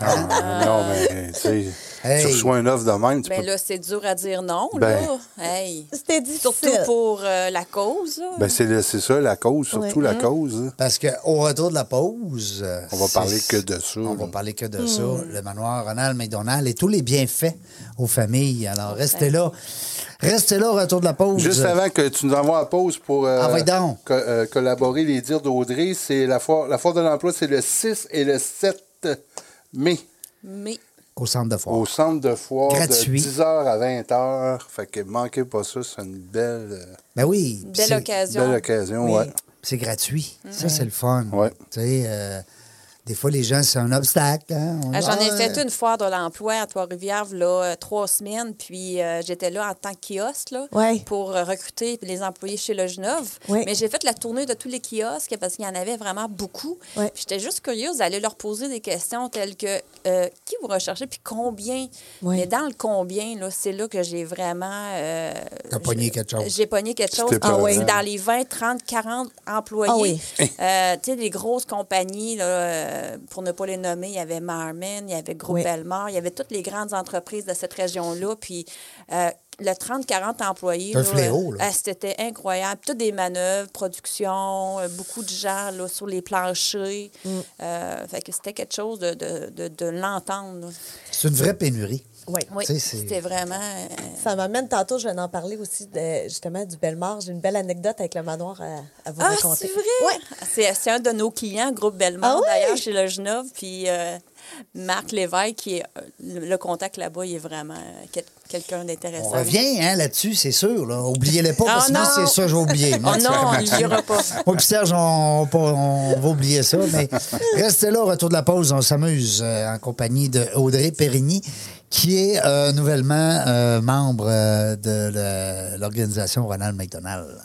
B: Ah, Non, mais tu sais,
A: Hey.
B: tu reçois une offre de même, tu
D: Ben
B: peux-
D: là, c'est dur à dire non, là.
B: Ben.
D: Hey.
C: C'était difficile.
D: Surtout pour euh, la cause, là.
B: ben, c'est le- c'est ça, la cause, surtout
C: Ouais.
B: la
D: Hum.
B: cause. hein.
A: Parce qu'au retour de la pause. euh,
B: On va
A: c'est-
B: parler que de ça,
A: On va
B: là.
A: parler que de
D: Hmm.
A: ça. Le manoir Ronald McDonald et tous les bienfaits aux familles. Alors, restez là. Restez là au retour de la pause.
B: Juste avant que tu nous envoies à pause pour euh,
A: Ah, oui, donc.
B: co- euh, collaborer les dires d'Audrey, c'est la foire, la foire de l'emploi, c'est le 6 et le 7 mai
D: Mais
A: Au centre de foire.
B: au centre de foire
A: Gratuit.
B: de 10h à 20h. Fait que manquez pas ça, c'est une belle, euh,
A: Ben oui. puis
D: belle
A: c'est-
D: occasion. Hmm.
B: belle occasion.
A: Oui.
B: ouais.
A: C'est gratuit. Ça, c'est le fun.
B: Ouais.
A: Tu sais, euh, des fois, les gens, c'est un obstacle. hein. On-
D: Ah, J'en ai
A: Ah,
D: fait une foire de l'emploi à Trois-Rivières, là, trois semaines, puis euh, j'étais là en tant que kiosque, là,
C: Ouais.
D: pour euh, recruter les employés chez Le Genève.
C: Ouais.
D: Mais j'ai fait la tournée de tous les kiosques parce qu'il y en avait vraiment beaucoup.
C: Ouais.
D: Puis J'étais juste curieuse d'aller leur poser des questions telles que euh, qui vous recherchez, puis combien.
C: Ouais.
D: Mais dans le combien, là, c'est là que j'ai vraiment... euh,
A: T'as pogné
D: j'ai-
A: quelque chose.
D: J'ai pogné quelque chose.
B: C'était
D: Ah ouais.
B: épeurant.
D: C'est dans les 20, 30, 40 employés.
C: Ah oui.
A: Eh.
D: Euh, tu sais, les grosses compagnies, là, euh, pour ne pas les nommer, il y avait Marmin, il y avait Groupe
C: Oui.
D: Belmar, il y avait toutes les grandes entreprises de cette région-là. Puis euh, le 30-40 employés.
A: C'est un
D: là,
A: fléau, là.
D: euh, C'était incroyable. Toutes des manœuvres, production, euh, beaucoup de gens là, sur les planchers.
A: Mm.
D: Euh, fait que c'était quelque chose de, de, de, de l'entendre. là.
A: C'est une vraie pénurie.
C: Oui.
D: Oui,
A: Tu sais, c'est-
D: c'était vraiment. euh,
C: Ça m'amène tantôt, je vais en parler aussi de, justement du Belmar. J'ai une belle anecdote avec le manoir à, à vous
D: Ah,
C: raconter.
D: c'est vrai?
C: Ouais.
D: C'est, c'est un de nos clients, Groupe Belmont,
C: Ah oui?
D: d'ailleurs, chez Le Genève. Puis euh, Marc Lévesque, qui est, euh, le, le contact là-bas, il est vraiment euh, quel- quelqu'un d'intéressant.
A: On revient hein, là-dessus, c'est sûr. là. Oubliez-les pas, parce que
D: Ah,
A: sinon,
D: non.
A: c'est ça, j'ai oublié.
D: Oh non, <laughs> on l'oubliera
A: <laughs>
D: pas.
A: Moi puis Serge, on, on- on va oublier ça,
D: <laughs>
A: mais restez là au retour de la pause. On s'amuse euh, en compagnie de Audrey Périgny, qui est euh, nouvellement euh, membre euh, de le- l'organisation Ronald McDonald.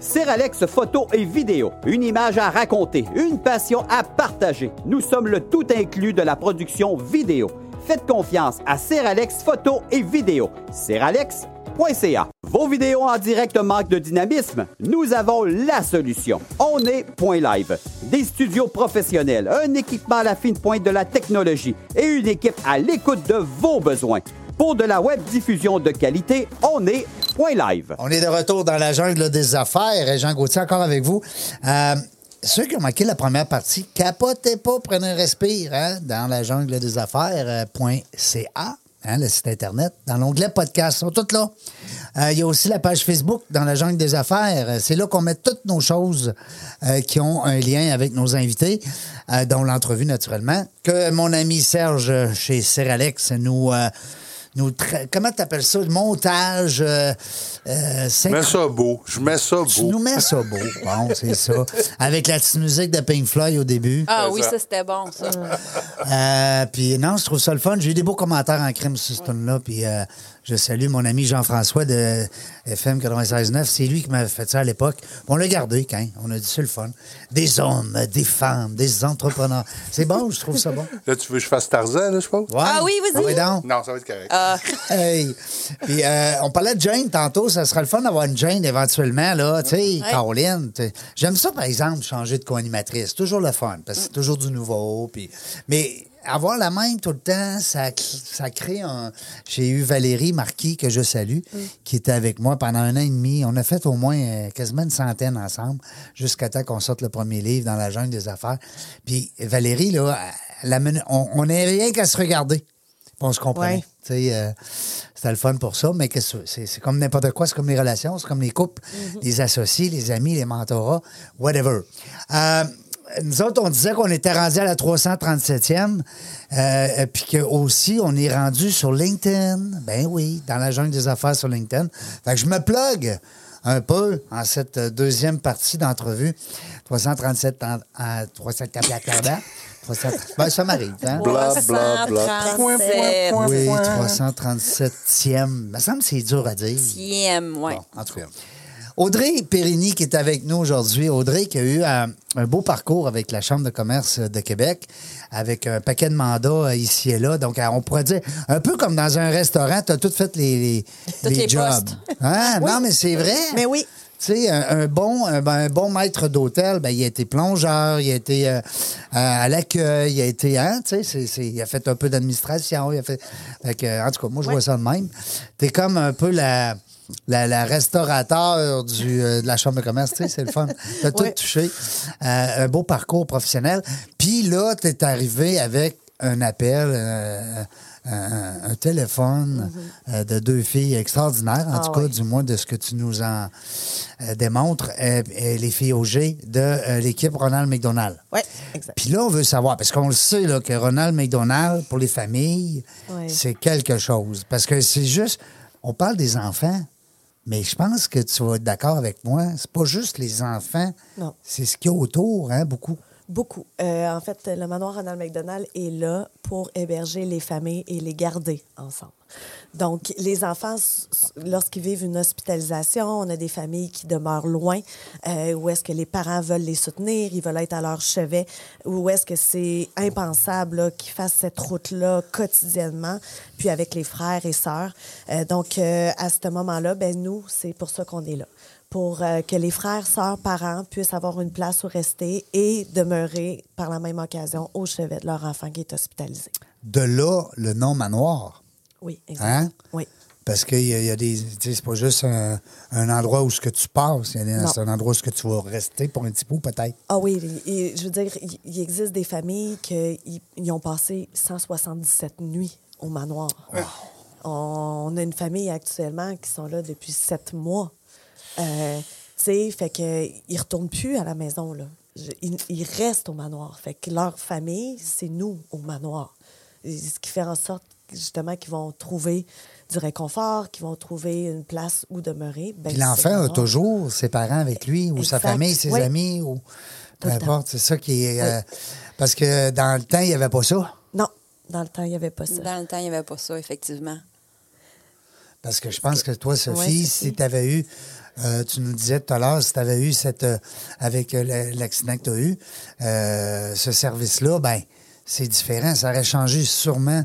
E: Seralex photo et vidéo. Une image à raconter, une passion à partager. Nous sommes le tout inclus de la production vidéo. Faites confiance à Seralex photo et vidéo. Seralex.ca. Vos vidéos en direct manquent de dynamisme? Nous avons la solution. On est Point Live. Des studios professionnels, un équipement à la fine pointe de la technologie et une équipe à l'écoute de vos besoins. Pour de la web diffusion de qualité, on est Point Live.
A: On est de retour dans la jungle des affaires. Et Jean Gauthier, encore avec vous. Euh, ceux qui ont manqué la première partie, capotez pas, prenez un respire hein, dans la jungle des euh, affaires.ca. Hein, le site Internet, dans l'onglet podcast, ils sont toutes là. Euh, Il y a aussi la page Facebook dans la jungle des affaires. Euh, C'est là qu'on met toutes nos choses euh, qui ont un lien avec nos invités, euh, dont l'entrevue naturellement, que mon ami Serge euh, chez Seralex nous... euh, nous tra- comment t'appelles ça? Le montage... euh, euh,
B: Je
A: synchro-
B: mets ça beau. Je mets ça
A: tu
B: beau.
A: nous mets ça
B: <laughs>
A: beau. Bon, c'est ça. Avec la petite musique de Pink Floyd au début.
D: Ah oui, ça, c'était bon, ça.
A: Mm. Euh, puis non, je trouve ça le fun. J'ai eu des beaux commentaires en crime sur ce tune-là. Puis euh, je salue mon ami Jean-François de FM 96.9. C'est lui qui m'avait fait ça à l'époque. On l'a gardé, quand On a dit c'est le fun. Des hommes, des femmes, des entrepreneurs. C'est bon, je trouve ça bon.
B: Là, tu veux que je fasse Tarzan, là, je pense?
A: Ouais.
D: Ah oui, vas-y.
A: Ouais, donc.
B: Non, ça va être correct.
A: Ah. Hey! Puis euh, on parlait de Jane tantôt, ça sera le fun d'avoir une Jane éventuellement, là. Tu sais, Caroline. tu sais. J'aime ça, par exemple, changer de co-animatrice. Toujours le fun, parce que c'est toujours du nouveau. Puis... Mais avoir la même tout le temps, ça, cl- ça crée un. J'ai eu Valérie Marquis, que je salue, qui était avec moi pendant un an et demi. On a fait au moins euh, quasiment une centaine ensemble, jusqu'à temps qu'on sorte le premier livre dans la jungle des affaires. Puis Valérie, là, elle amène- on on n'est rien qu'à se regarder. Puis on se comprenait.
C: Ouais.
A: Tu sais, euh, c'était le fun pour ça, mais qu'est-ce que tu veux? c'est c'est comme n'importe quoi, c'est comme les relations, c'est comme les couples, les associés, les amis, les mentorats, whatever. Euh, nous autres, on disait qu'on était rendu à la 337e, euh, puis que aussi on est rendu sur LinkedIn. Ben oui, dans la jungle des affaires sur LinkedIn. Fait que je me plug un peu en cette euh, deuxième partie d'entrevue. 337 en, en- 337 Ben, ça m'arrive. Hein?
B: Bla, bla, bla.
D: 337.
A: Oui, 337e. me semble que c'est dur à dire.
D: Sixième, ouais.
A: Bon, en tout cas. Audrey Périgny qui est avec nous aujourd'hui. Audrey qui a eu euh, un beau parcours avec la Chambre de commerce de Québec, avec un paquet de mandats euh, ici et là. Donc, euh, on pourrait dire, un peu comme dans un restaurant, tu as tout fait les, les,
D: Toutes les
A: jobs.
D: postes.
A: Hein? Non, mais c'est vrai.
C: Mais oui.
A: Tu sais, un, un bon, un, ben, un bon maître d'hôtel, ben, il a été plongeur, il a été euh, euh, à l'accueil, il a été, hein, tu sais, c'est- c'est- il a fait un peu d'administration, il a fait, fait que, en tout cas, moi, je vois ça de même. T'es comme un peu la, la, la restaurateur du, euh, de la chambre de commerce, tu sais, c'est le fun. T'as tout
C: Ouais.
A: touché. Euh, un beau parcours professionnel. Puis là, t'es arrivé avec un appel... euh, un, un téléphone euh, de deux filles extraordinaires, en
C: Mm-hmm. Ah
A: tout cas,
C: ouais.
A: du moins de ce que tu nous en euh, démontres, euh, euh, les filles au G de euh, l'équipe Ronald McDonald.
C: Oui, exact.
A: Puis là, on veut savoir, parce qu'on le sait, là, que Ronald McDonald, pour les familles,
C: Ouais.
A: c'est quelque chose. Parce que c'est juste, on parle des enfants, mais je pense que tu vas être d'accord avec moi, c'est pas juste les enfants,
C: Non.
A: c'est ce qu'il y a autour, hein, beaucoup.
C: Beaucoup. Euh, en fait, le manoir Ronald McDonald est là pour héberger les familles et les garder ensemble. Donc, les enfants, s- s- lorsqu'ils vivent une hospitalisation, on a des familles qui demeurent loin, euh, où est-ce que les parents veulent les soutenir, ils veulent être à leur chevet, où est-ce que c'est impensable là, qu'ils fassent cette route-là quotidiennement, puis avec les frères et sœurs. Euh, donc, euh, à ce moment-là, ben nous, c'est pour ça qu'on est là pour euh, que les frères, sœurs, parents puissent avoir une place où rester et demeurer par la même occasion au chevet de leur enfant qui est hospitalisé.
A: De là, le nom manoir.
C: Oui,
A: Hein?
C: exactement. Oui.
A: Parce qu'il y, a- il y a des. tu sais, C'est pas juste un, un endroit où ce que tu passes, il y a des-
C: Non.
A: c'est un endroit où ce que tu vas rester pour un petit bout, peut-être.
C: Ah oui, il- il- je veux dire, il, il existe des familles qui ils ont passé 177 nuits au manoir. On, on a une famille actuellement qui sont là depuis sept mois. Euh, tu sais, fait que ils retournent plus à la maison là. Je- ils, ils restent au manoir. Fait que leur famille, c'est nous au manoir. Et ce qui fait en sorte justement qu'ils vont trouver du réconfort, qu'ils vont trouver une place où demeurer. Ben,
A: Puis
C: c'est le
A: l'enfant a
C: manoir.
A: toujours ses parents avec lui, ou sa
C: Exact.
A: famille, ses
C: Oui.
A: amis, ou peu
C: Tout le temps.
A: importe. C'est ça qui est. euh, parce que dans le temps, il n'y avait pas ça.
C: Non, dans le temps, il n'y avait pas ça.
D: Dans le temps, il n'y avait pas ça, effectivement.
A: Parce que je pense que toi, Sophie,
C: Sophie.
A: si tu avais eu. euh, tu nous disais tout à l'heure, si tu avais eu cette. euh, avec euh, la- l'accident que tu as eu, euh, ce service-là, ben c'est différent. Ça aurait changé sûrement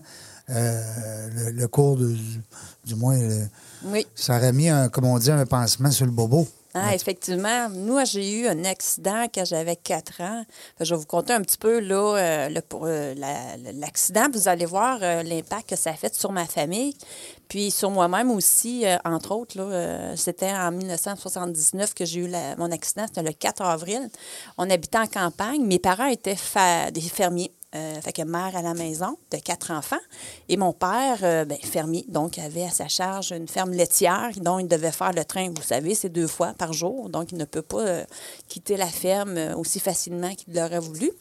A: euh, le, le cours de, du, du moins, le-
D: Oui.
A: ça aurait mis, un, comme on dit, un pansement sur le bobo.
D: Ah, effectivement. Moi, j'ai eu un accident quand j'avais 4 ans. Fait que je vais vous conter un petit peu là, euh, le- pour, euh, la- le- l'accident. Vous allez voir euh, l'impact que ça a fait sur ma famille, puis sur moi-même aussi, euh, entre autres. là, euh, C'était en 1979 que j'ai eu la- mon accident. C'était le 4 avril. On habitait en campagne. Mes parents étaient fa- des fermiers. Euh, fait que mère à la maison de quatre enfants. Et mon père, euh, ben, fermier, donc avait à sa charge une ferme laitière dont il devait faire le train. Vous savez, c'est deux fois par jour. Donc, il ne peut pas euh, quitter la ferme euh, aussi facilement qu'il l'aurait voulu.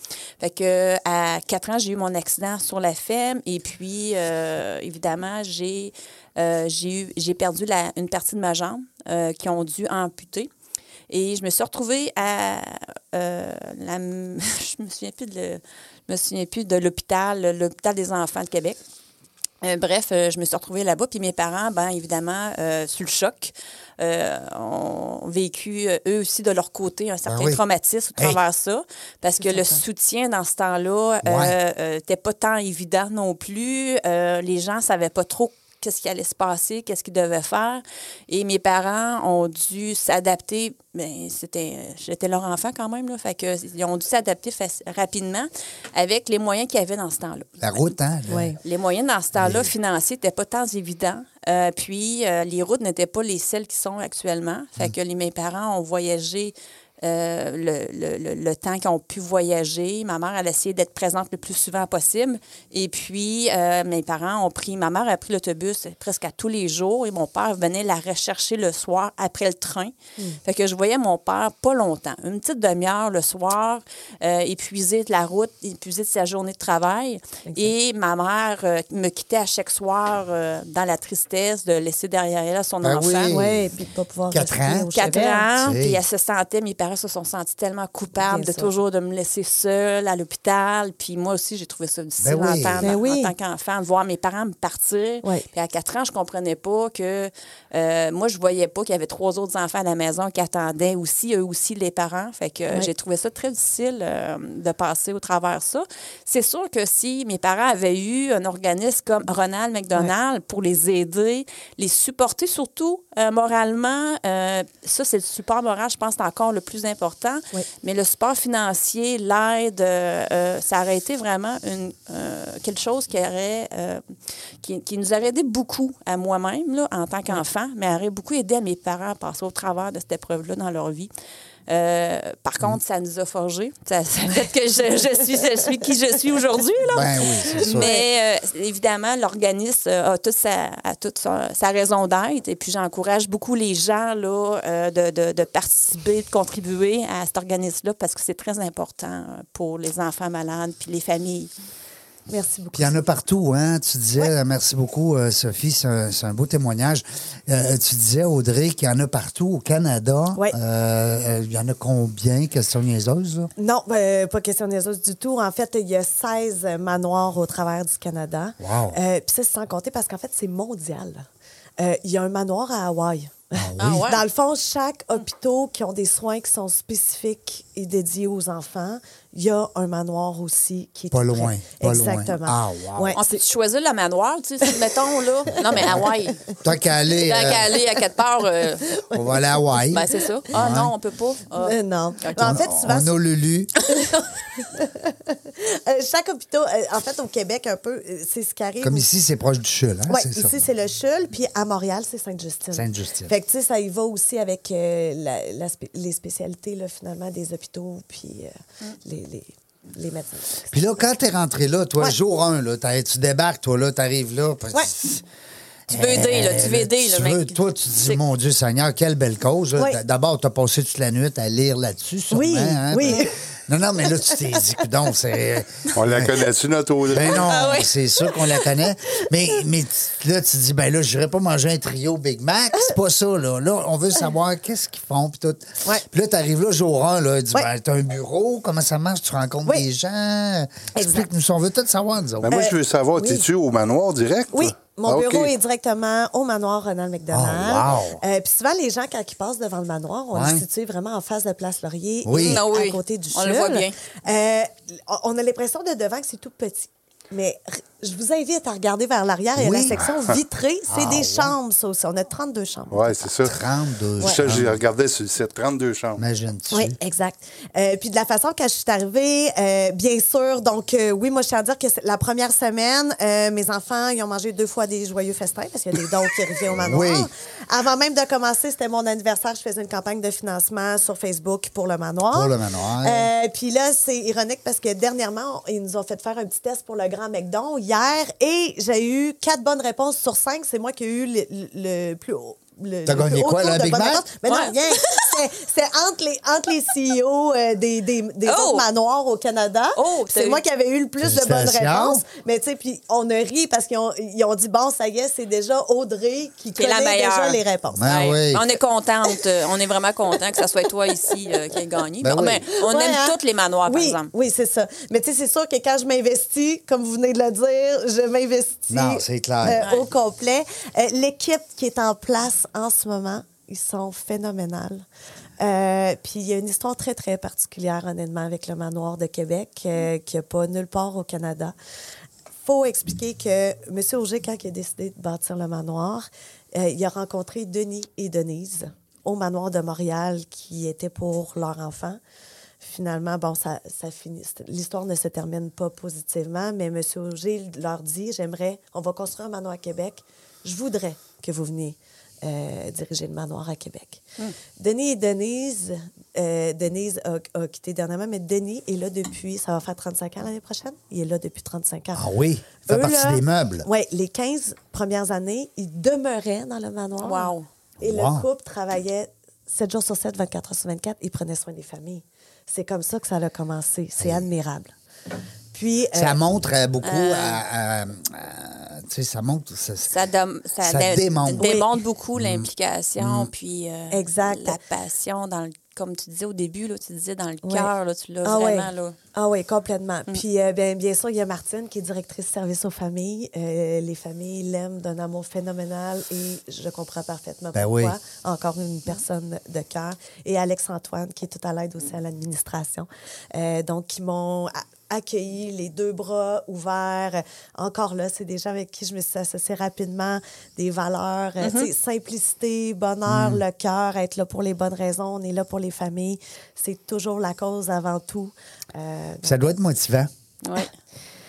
D: Fait que euh, à quatre ans, j'ai eu mon accident sur la ferme. Et puis, euh, évidemment, j'ai euh, j'ai eu- j'ai perdu la- une partie de ma jambe euh, qui ont dû amputer. Et je me suis retrouvée à. euh, la, <laughs> je me souviens plus de le- je me souviens plus de l'hôpital, l'hôpital des enfants de Québec. Euh, bref, euh, je me suis retrouvée là-bas, puis mes parents, ben évidemment, euh, sous le choc, euh, ont vécu euh, eux aussi de leur côté un certain
A: Ben oui.
D: traumatisme au
A: Hey.
D: travers ça, parce que le soutien dans ce temps-là euh, euh, était pas tant évident non plus. Euh, les gens savaient pas trop qu'est-ce qui allait se passer, qu'est-ce qu'ils devaient faire. Et mes parents ont dû s'adapter. Ben, c'était, j'étais leur enfant quand même, là, fait que ils ont dû s'adapter faci- rapidement avec les moyens qu'il y avait dans ce temps-là.
A: La route, hein? le-
C: Oui.
D: Euh, Les moyens dans ce temps-là financiers n'étaient pas tant évidents. Euh, puis euh, les routes n'étaient pas les celles qui sont actuellement. Fait que les, mes parents ont voyagé euh, le, le- le- le temps qu'ils ont pu voyager. Ma mère, elle a essayé d'être présente le plus souvent possible. Et puis euh, mes parents ont pris, ma mère a pris l'autobus presque à tous les jours et mon père venait la rechercher le soir après le train. Fait que je voyais mon père pas longtemps, une petite demi-heure le soir, euh, épuisé de la route, épuisé de sa journée de travail. Et ma mère euh, me quittait à chaque soir euh, dans la tristesse de laisser derrière elle son
A: Ben
D: enfant.
A: oui.
C: Oui, puis de pas pouvoir.
A: Quatre
C: rester
A: ans.
C: au
D: Hein, Quatre
C: chevet.
D: ans,
A: tu sais.
D: puis elle se sentait, mes parents se sont sentis tellement coupables
C: Bien
D: de
C: sûr.
D: toujours de me laisser seule à l'hôpital. Puis moi aussi, j'ai trouvé ça difficile
A: Ben oui.
D: en, tant-
C: Ben
D: en
C: oui.
D: tant qu'enfant, de voir mes parents me partir.
C: Ouais.
D: Puis à quatre ans, je comprenais pas que... euh, moi, je voyais pas qu'il y avait trois autres enfants à la maison qui attendaient aussi, eux aussi, les parents. Fait que euh,
C: Ouais.
D: j'ai trouvé ça très difficile euh, de passer au travers ça. C'est sûr que si mes parents avaient eu un organisme comme Ronald McDonald pour les aider, les supporter surtout euh, moralement, euh, ça, c'est le support moral, je pense, c'est encore le plus important.
C: Oui.
D: Mais le support financier, l'aide, euh, euh, ça aurait été vraiment une, euh, quelque chose qui, aurait, euh, qui, qui nous aurait aidé beaucoup à moi-même là, en tant qu'enfant, mais aurait beaucoup aidé à mes parents à passer au travers de cette épreuve-là dans leur vie. Euh, par contre, ça nous a forgé. Ça, ça fait que je, je suis, je suis qui je suis aujourd'hui. là.
A: Ben oui,
C: <laughs>
A: c'est sûr.
D: Mais euh, évidemment, l'organisme euh, a toute sa, a toute sa, sa raison d'être. Et puis, j'encourage beaucoup les gens là, euh, de, de- de participer, de contribuer à cet organisme-là parce que c'est très important euh, pour les enfants malades puis les familles.
C: Merci beaucoup.
A: Puis il y en a partout, hein? Tu disais, euh, merci beaucoup, euh, Sophie, c'est un, c'est un beau témoignage. Euh, tu disais, Audrey, qu'il y en a partout au Canada.
C: Ouais.
A: Euh, euh, il y en a combien? Question niaiseuse,
C: <laughs>
A: là?
C: Non, euh, pas question des autres du tout. En fait, il y a 16 manoirs au travers du Canada.
A: Wow.
C: Euh, Puis ça, c'est sans compter parce qu'en fait, c'est mondial. Euh, Il y a un manoir à Hawaï. <laughs>
D: Ah ouais?
C: Dans le fond, chaque hôpital qui ont des soins qui sont spécifiques et dédiés aux enfants, il y a un manoir aussi qui est
A: Pas
C: tout
A: loin,
C: près.
A: pas loin.
C: Exactement.
A: Ah, wow.
C: Ouais,
D: On peut
C: c'est-
D: choisir le manoir, tu sais, si- mettons, là. Non, mais <laughs> Hawaï.
A: Tant qu'à aller,
D: Tant
A: euh,
D: qu'à aller à quelque part, euh,
A: on va aller à Hawaï.
D: ben, c'est ça. Ah non, on peut pas. Ah.
C: Euh, non.
D: Ok.
C: En fait,
A: On-
C: souvent,
A: on a Lulu.
C: euh, chaque hôpital, euh, en fait, au Québec, un peu, euh, c'est ce qui arrive.
A: Comme
C: au-
A: ici, c'est proche du Chul, hein?
C: Oui,
A: c'est ça.
C: ici, c'est le Chul, puis à Montréal, c'est Sainte-Justine.
A: Sainte-Justine.
C: Fait que, tu sais, ça y va aussi avec euh, la- la spé- les spécialités, là, finalement, des hôpitaux, puis
D: Mm.
C: euh, les, les, les médecins.
A: Puis là, quand t'es rentré là, toi,
C: Ouais.
A: jour 1, là, t'as- tu débarques, toi, là, t'arrives là. parce-
C: Ouais.
D: Tu veux aider, là. Tu veux aider, là,
A: tu
D: mec.
A: veux- toi, tu te dis,
D: C'est-
A: mon Dieu Seigneur, quelle belle cause. là.
C: Oui.
A: D- D'abord, tu as passé toute la nuit à lire là-dessus, sûrement.
C: Oui,
A: hein,
C: oui. <laughs>
A: puis- Non, non, mais là, tu t'es dit, coudonc, c'est...
B: On la connaît-tu, notre Audrey?
A: Ben non,
D: Ah ouais.
A: c'est sûr qu'on la connaît. Mais, mais tu- là, tu dis, ben là, je n'irai pas manger un trio Big Mac. C'est pas ça, là. Là, on veut savoir qu'est-ce qu'ils font, puis tout.
C: Ouais.
A: Puis là, t'arrives là, jour 1, là, tu dis,
C: Ouais.
A: ben, t'as un bureau, comment ça marche, tu rencontres
C: Oui.
A: des gens.
C: Exact.
A: Explique-nous, on veut tout savoir, nous autres.
B: Ben, moi, je veux savoir,
C: oui.
B: t'es-tu au manoir direct?
C: Oui,
B: toi?
C: mon
B: Ah, OK.
C: bureau est directement au manoir Ronald McDonald.
A: Oh, wow.
C: Euh, Puis souvent, les gens, quand ils passent devant le manoir, on
A: Ouais.
C: est situé vraiment en face de Place Laurier,
A: Oui.
C: et
D: Ah oui,
C: à côté du
D: on le
C: Chul.
D: voit bien.
C: Euh, on a l'impression de devant que c'est tout petit. Mais r- je vous invite à regarder vers l'arrière. Il y a
A: Oui.
C: la section vitrée. C'est
A: Ah,
C: des
A: ouais.
C: chambres, ça aussi. On a 32 chambres.
B: Oui, c'est ça.
A: 32
B: Ça, j'ai
A: chambres.
B: regardé sur le site, 32 chambres.
A: Imagine-tu?
C: Oui, exact. Euh, puis de la façon que je suis arrivée, euh, bien sûr, donc euh, oui, moi je tiens à dire que c'est la première semaine, euh, mes enfants, ils ont mangé deux fois des joyeux festins parce qu'il y a des dons qui
A: <laughs>
C: reviennent au manoir.
A: Oui.
C: Avant même de commencer, c'était mon anniversaire, je faisais une campagne de financement sur Facebook pour le manoir.
A: Pour le manoir.
C: Euh, puis là, c'est ironique parce que dernièrement, on- ils nous ont fait faire un petit test pour le Grand McDon hier et j'ai eu quatre bonnes réponses sur cinq. C'est moi qui ai eu le, le- le plus haut. le-
A: T'as
C: le plus
A: gagné
C: haut
A: quoi,
C: taux
A: là, un
C: de
A: Big
C: bonnes
A: Mac?
C: réponses. Mais non,
D: Ouais.
C: rien. C'est- C'est entre les, entre les CEO euh, des, des, des
D: Oh!
C: autres manoirs au Canada.
D: Oh,
C: Puis c'est
D: t'as
C: moi
D: eu-
C: qui avais eu le plus de bonnes
A: Félicitations.
C: réponses. Mais tu sais, puis on a ri parce qu'ils ont, ils ont dit, bon, ça y est, c'est déjà Audrey qui
D: Qui est la
C: connaît déjà
D: meilleure.
C: les réponses.
A: Ah oui.
D: Ben, On est contente. euh, On est vraiment content que ça soit toi ici euh, qui ait gagné.
A: Ben
D: Bon,
A: oui.
D: ben, on
C: Ouais,
D: aime
C: hein?
D: tous les manoirs,
C: oui,
D: par exemple.
C: Oui, c'est ça. Mais tu sais, c'est sûr que quand je m'investis, comme vous venez de le dire, je m'investis
A: Non, c'est clair.
C: euh, au complet. Euh, L'équipe qui est en place en ce moment, ils sont phénoménales. Euh, puis il y a une histoire très, très particulière, honnêtement, avec le manoir de Québec, euh, qu'il n'y a pas nulle part au Canada. faut expliquer que M. Auger, quand il a décidé de bâtir le manoir, euh, il a rencontré Denis et Denise au manoir de Montréal qui était pour leur enfant. Finalement, bon, ça, ça finit. c'est- L'histoire ne se termine pas positivement, mais M. Auger leur dit J'aimerais, on va construire un manoir à Québec. Je voudrais que vous veniez euh, diriger le manoir à Québec. Denis et Denise, euh, Denise a, a quitté dernièrement, mais Denis est là depuis, ça va faire 35 ans l'année prochaine. Il est là depuis 35 ans.
A: Ah oui, il fait partie des meubles.
C: Oui, les 15 premières années, ils demeuraient dans le manoir.
D: Wow.
C: Et
A: Wow.
C: le couple travaillait 7 jours sur 7, 24 heures sur 24. Ils prenaient soin des familles. C'est comme ça que ça a commencé. C'est admirable. Puis,
A: Ça
C: euh,
A: montre euh, beaucoup à- à- à- Tu sais, ça montre... Ça,
D: Ça, dom- ça,
A: Ça
D: dé-
A: démontre. Mm.
D: démontre beaucoup l'implication, puis euh,
C: Exact.
D: la passion, dans le- comme tu disais au début, là, tu disais dans le
C: Ouais.
D: cœur, là, tu l'as
C: Ah ouais.
D: vraiment. Là. Mm.
C: Ah oui, complètement. Puis euh, ben, bien sûr, il y a Martine qui est directrice service aux familles. Euh, les familles l'aiment d'un amour phénoménal et je comprends parfaitement
A: Ben
C: pourquoi.
A: oui.
C: Encore une personne de cœur. Et Alex-Antoine qui est tout à l'aide aussi à l'administration. Euh, donc, qui m'ont a- accueilli les deux bras ouverts. Encore là, c'est des gens avec qui je me suis associée rapidement. Des valeurs, euh, tu sais, simplicité, bonheur, le cœur, être là pour les bonnes raisons. On est là pour les familles. C'est toujours la cause avant tout. Euh, donc,
A: ça doit être motivant.
D: Ouais.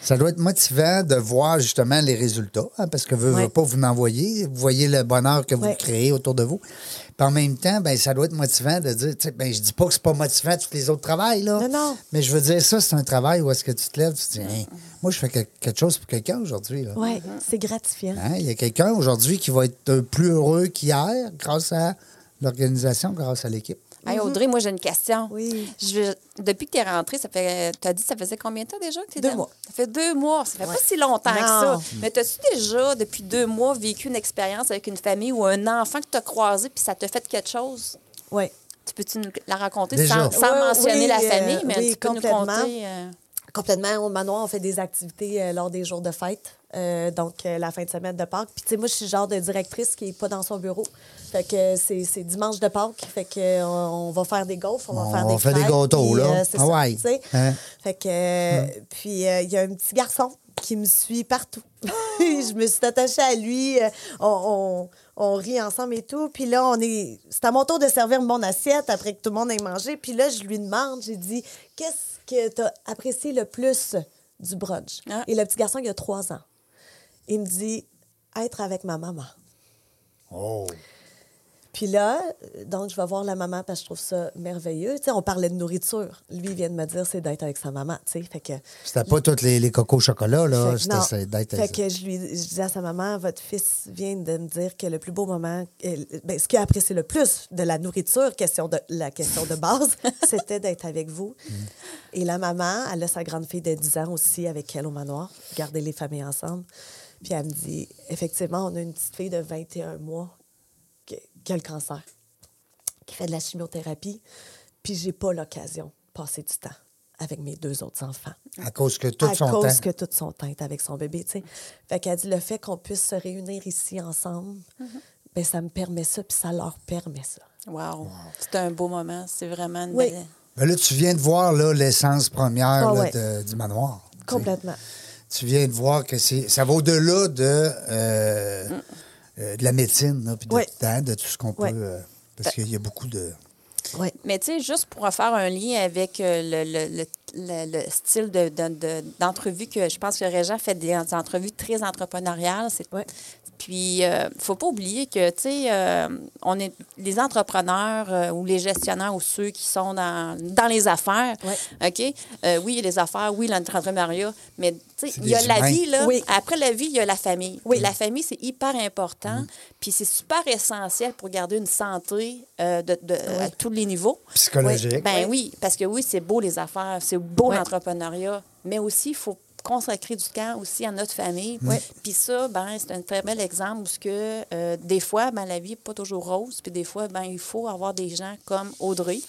A: Ça doit être motivant de voir justement les résultats, hein, parce que vous ne
C: Ouais.
A: pas vous n'envoyer. Vous voyez le bonheur que vous
C: Ouais.
A: créez autour de vous. Puis en même temps, ben, ça doit être motivant de dire, tu sais, ben, je dis pas que c'est pas motivant tous les autres travails, là.
C: Non, non.
A: Mais je veux dire, ça, c'est un travail où est-ce que tu te lèves, tu te dis, Hey, moi, je fais que- quelque chose pour quelqu'un aujourd'hui. là.
C: Oui, c'est gratifiant.
A: Hein, Il y a quelqu'un aujourd'hui qui va être euh, plus heureux qu'hier grâce à l'organisation, grâce à l'équipe.
D: Hey, Audrey, moi, j'ai une question.
C: Mhm. Oui.
D: Je vais- depuis que tu es rentrée, ça fait, t'as dit, ça faisait combien de temps déjà que tu
C: Deux mois.
D: Ça fait deux mois. Ça fait pas si longtemps que
C: Non.
D: ça. Mais as-tu déjà, depuis deux mois, vécu une expérience avec une famille ou un enfant que tu as croisé puis ça t'a fait quelque chose?
C: Oui.
D: Tu peux-tu nous la raconter
A: Déjà.
D: sans, sans
C: Ouais,
D: mentionner
C: oui,
D: la
C: euh,
D: famille, mais
C: oui,
D: tu peux nous
C: complètement.
D: conter? euh,
C: Complètement. Au manoir, on fait des activités euh, lors des jours de fête. Euh, donc, euh, la fin de semaine de Pâques. Puis, tu sais, moi, je suis le genre de directrice qui n'est pas dans son bureau. Fait que euh, c'est c'est dimanche de Pâques. Fait que euh, on va faire des gaufres, on va
A: On
C: faire
A: va
C: des
A: faire des
C: crêpes,
A: gâteaux,
C: puis, euh,
A: là.
C: c'est
A: Ah
C: ça,
A: ouais.
C: tu sais.
A: Hein?
C: Fait que, euh, puis euh, il y a un petit garçon qui me suit partout. <laughs> je me suis attachée à lui. euh, on, on- on rit ensemble et tout. Puis là, on est. C'est à mon tour de servir mon assiette après que tout le monde ait mangé. Puis là, je lui demande, j'ai dit, qu'est-ce que tu as apprécié le plus du brunch?
D: Ah.
C: Et le petit garçon, il a trois ans. Il me dit, être avec ma maman.
A: Oh.
C: Puis là, euh, donc, je vais voir la maman parce que je trouve ça merveilleux. Tu sais, on parlait de nourriture. Lui, il vient de me dire, c'est d'être avec sa maman. Tu sais, fait que.
A: C'était pas tous les, les cocos au chocolat, là.
C: Fait que non.
A: C'était c'est d'être-
C: Fait que je lui je disais à sa maman, votre fils vient de me dire que le plus beau moment, euh, ben, ce qu'il a apprécié le plus de la nourriture, question de, la question de base, <laughs> c'était d'être avec vous.
A: Mm.
C: Et la maman, elle a sa grande fille de 10 ans aussi avec elle au manoir, garder les familles ensemble. Puis elle me dit, effectivement, on a une petite fille de 21 mois qui, qui a le cancer, qui fait de la chimiothérapie, puis j'ai pas l'occasion de passer du temps avec mes deux autres enfants
A: À cause que tout
C: à
A: son
C: cause
A: temps.
C: que tout son temps est avec son bébé. tu sais. Fait qu'elle dit le fait qu'on puisse se réunir ici ensemble, ben, ça me permet ça, puis ça leur permet ça.
D: Wow. C'est un beau moment. C'est vraiment une
C: Oui.
D: belle-
A: Ben là, tu viens de voir là, l'essence première
C: Ah
A: là,
C: ouais.
A: de- du manoir.
C: Complètement.
A: tu viens de voir que c'est, ça va au-delà de, euh, euh, de la médecine, là, puis de,
C: Ouais.
A: hein, de tout ce qu'on
C: Ouais.
A: peut. euh, parce qu'il y a beaucoup de.
C: Ouais.
D: Mais tu sais, juste pour en faire un lien avec euh, le, le- le- le- le style de- de- de- d'entrevue que je pense que Régent fait des, des entrevues très entrepreneuriales. c'est-
C: Ouais.
D: Puis, euh, faut pas oublier que, tu sais, euh, on est les entrepreneurs euh, ou les gestionnaires ou ceux qui sont dans, dans les affaires.
C: Ouais.
D: OK? Euh, oui, il y a les affaires, oui, l'entrepreneuriat, mais, tu sais,
A: C'est
D: il y a
A: des
D: la
A: humains.
D: vie, là.
C: Oui.
D: Après la vie, il y a la famille.
C: Oui. Mm.
D: Puis La famille, c'est hyper important. Puis, c'est super essentiel pour garder une santé euh, de, de- à tous les niveaux.
A: Psychologique.
D: Oui. Ben oui, parce que oui, c'est beau les affaires, c'est beau
C: Ouais.
D: l'entrepreneuriat, mais aussi il faut consacrer du temps aussi à notre famille. Puis ça, ben, c'est un très bel exemple parce que euh, des fois, ben, la vie n'est pas toujours rose. Puis des fois, ben, il faut avoir des gens comme Audrey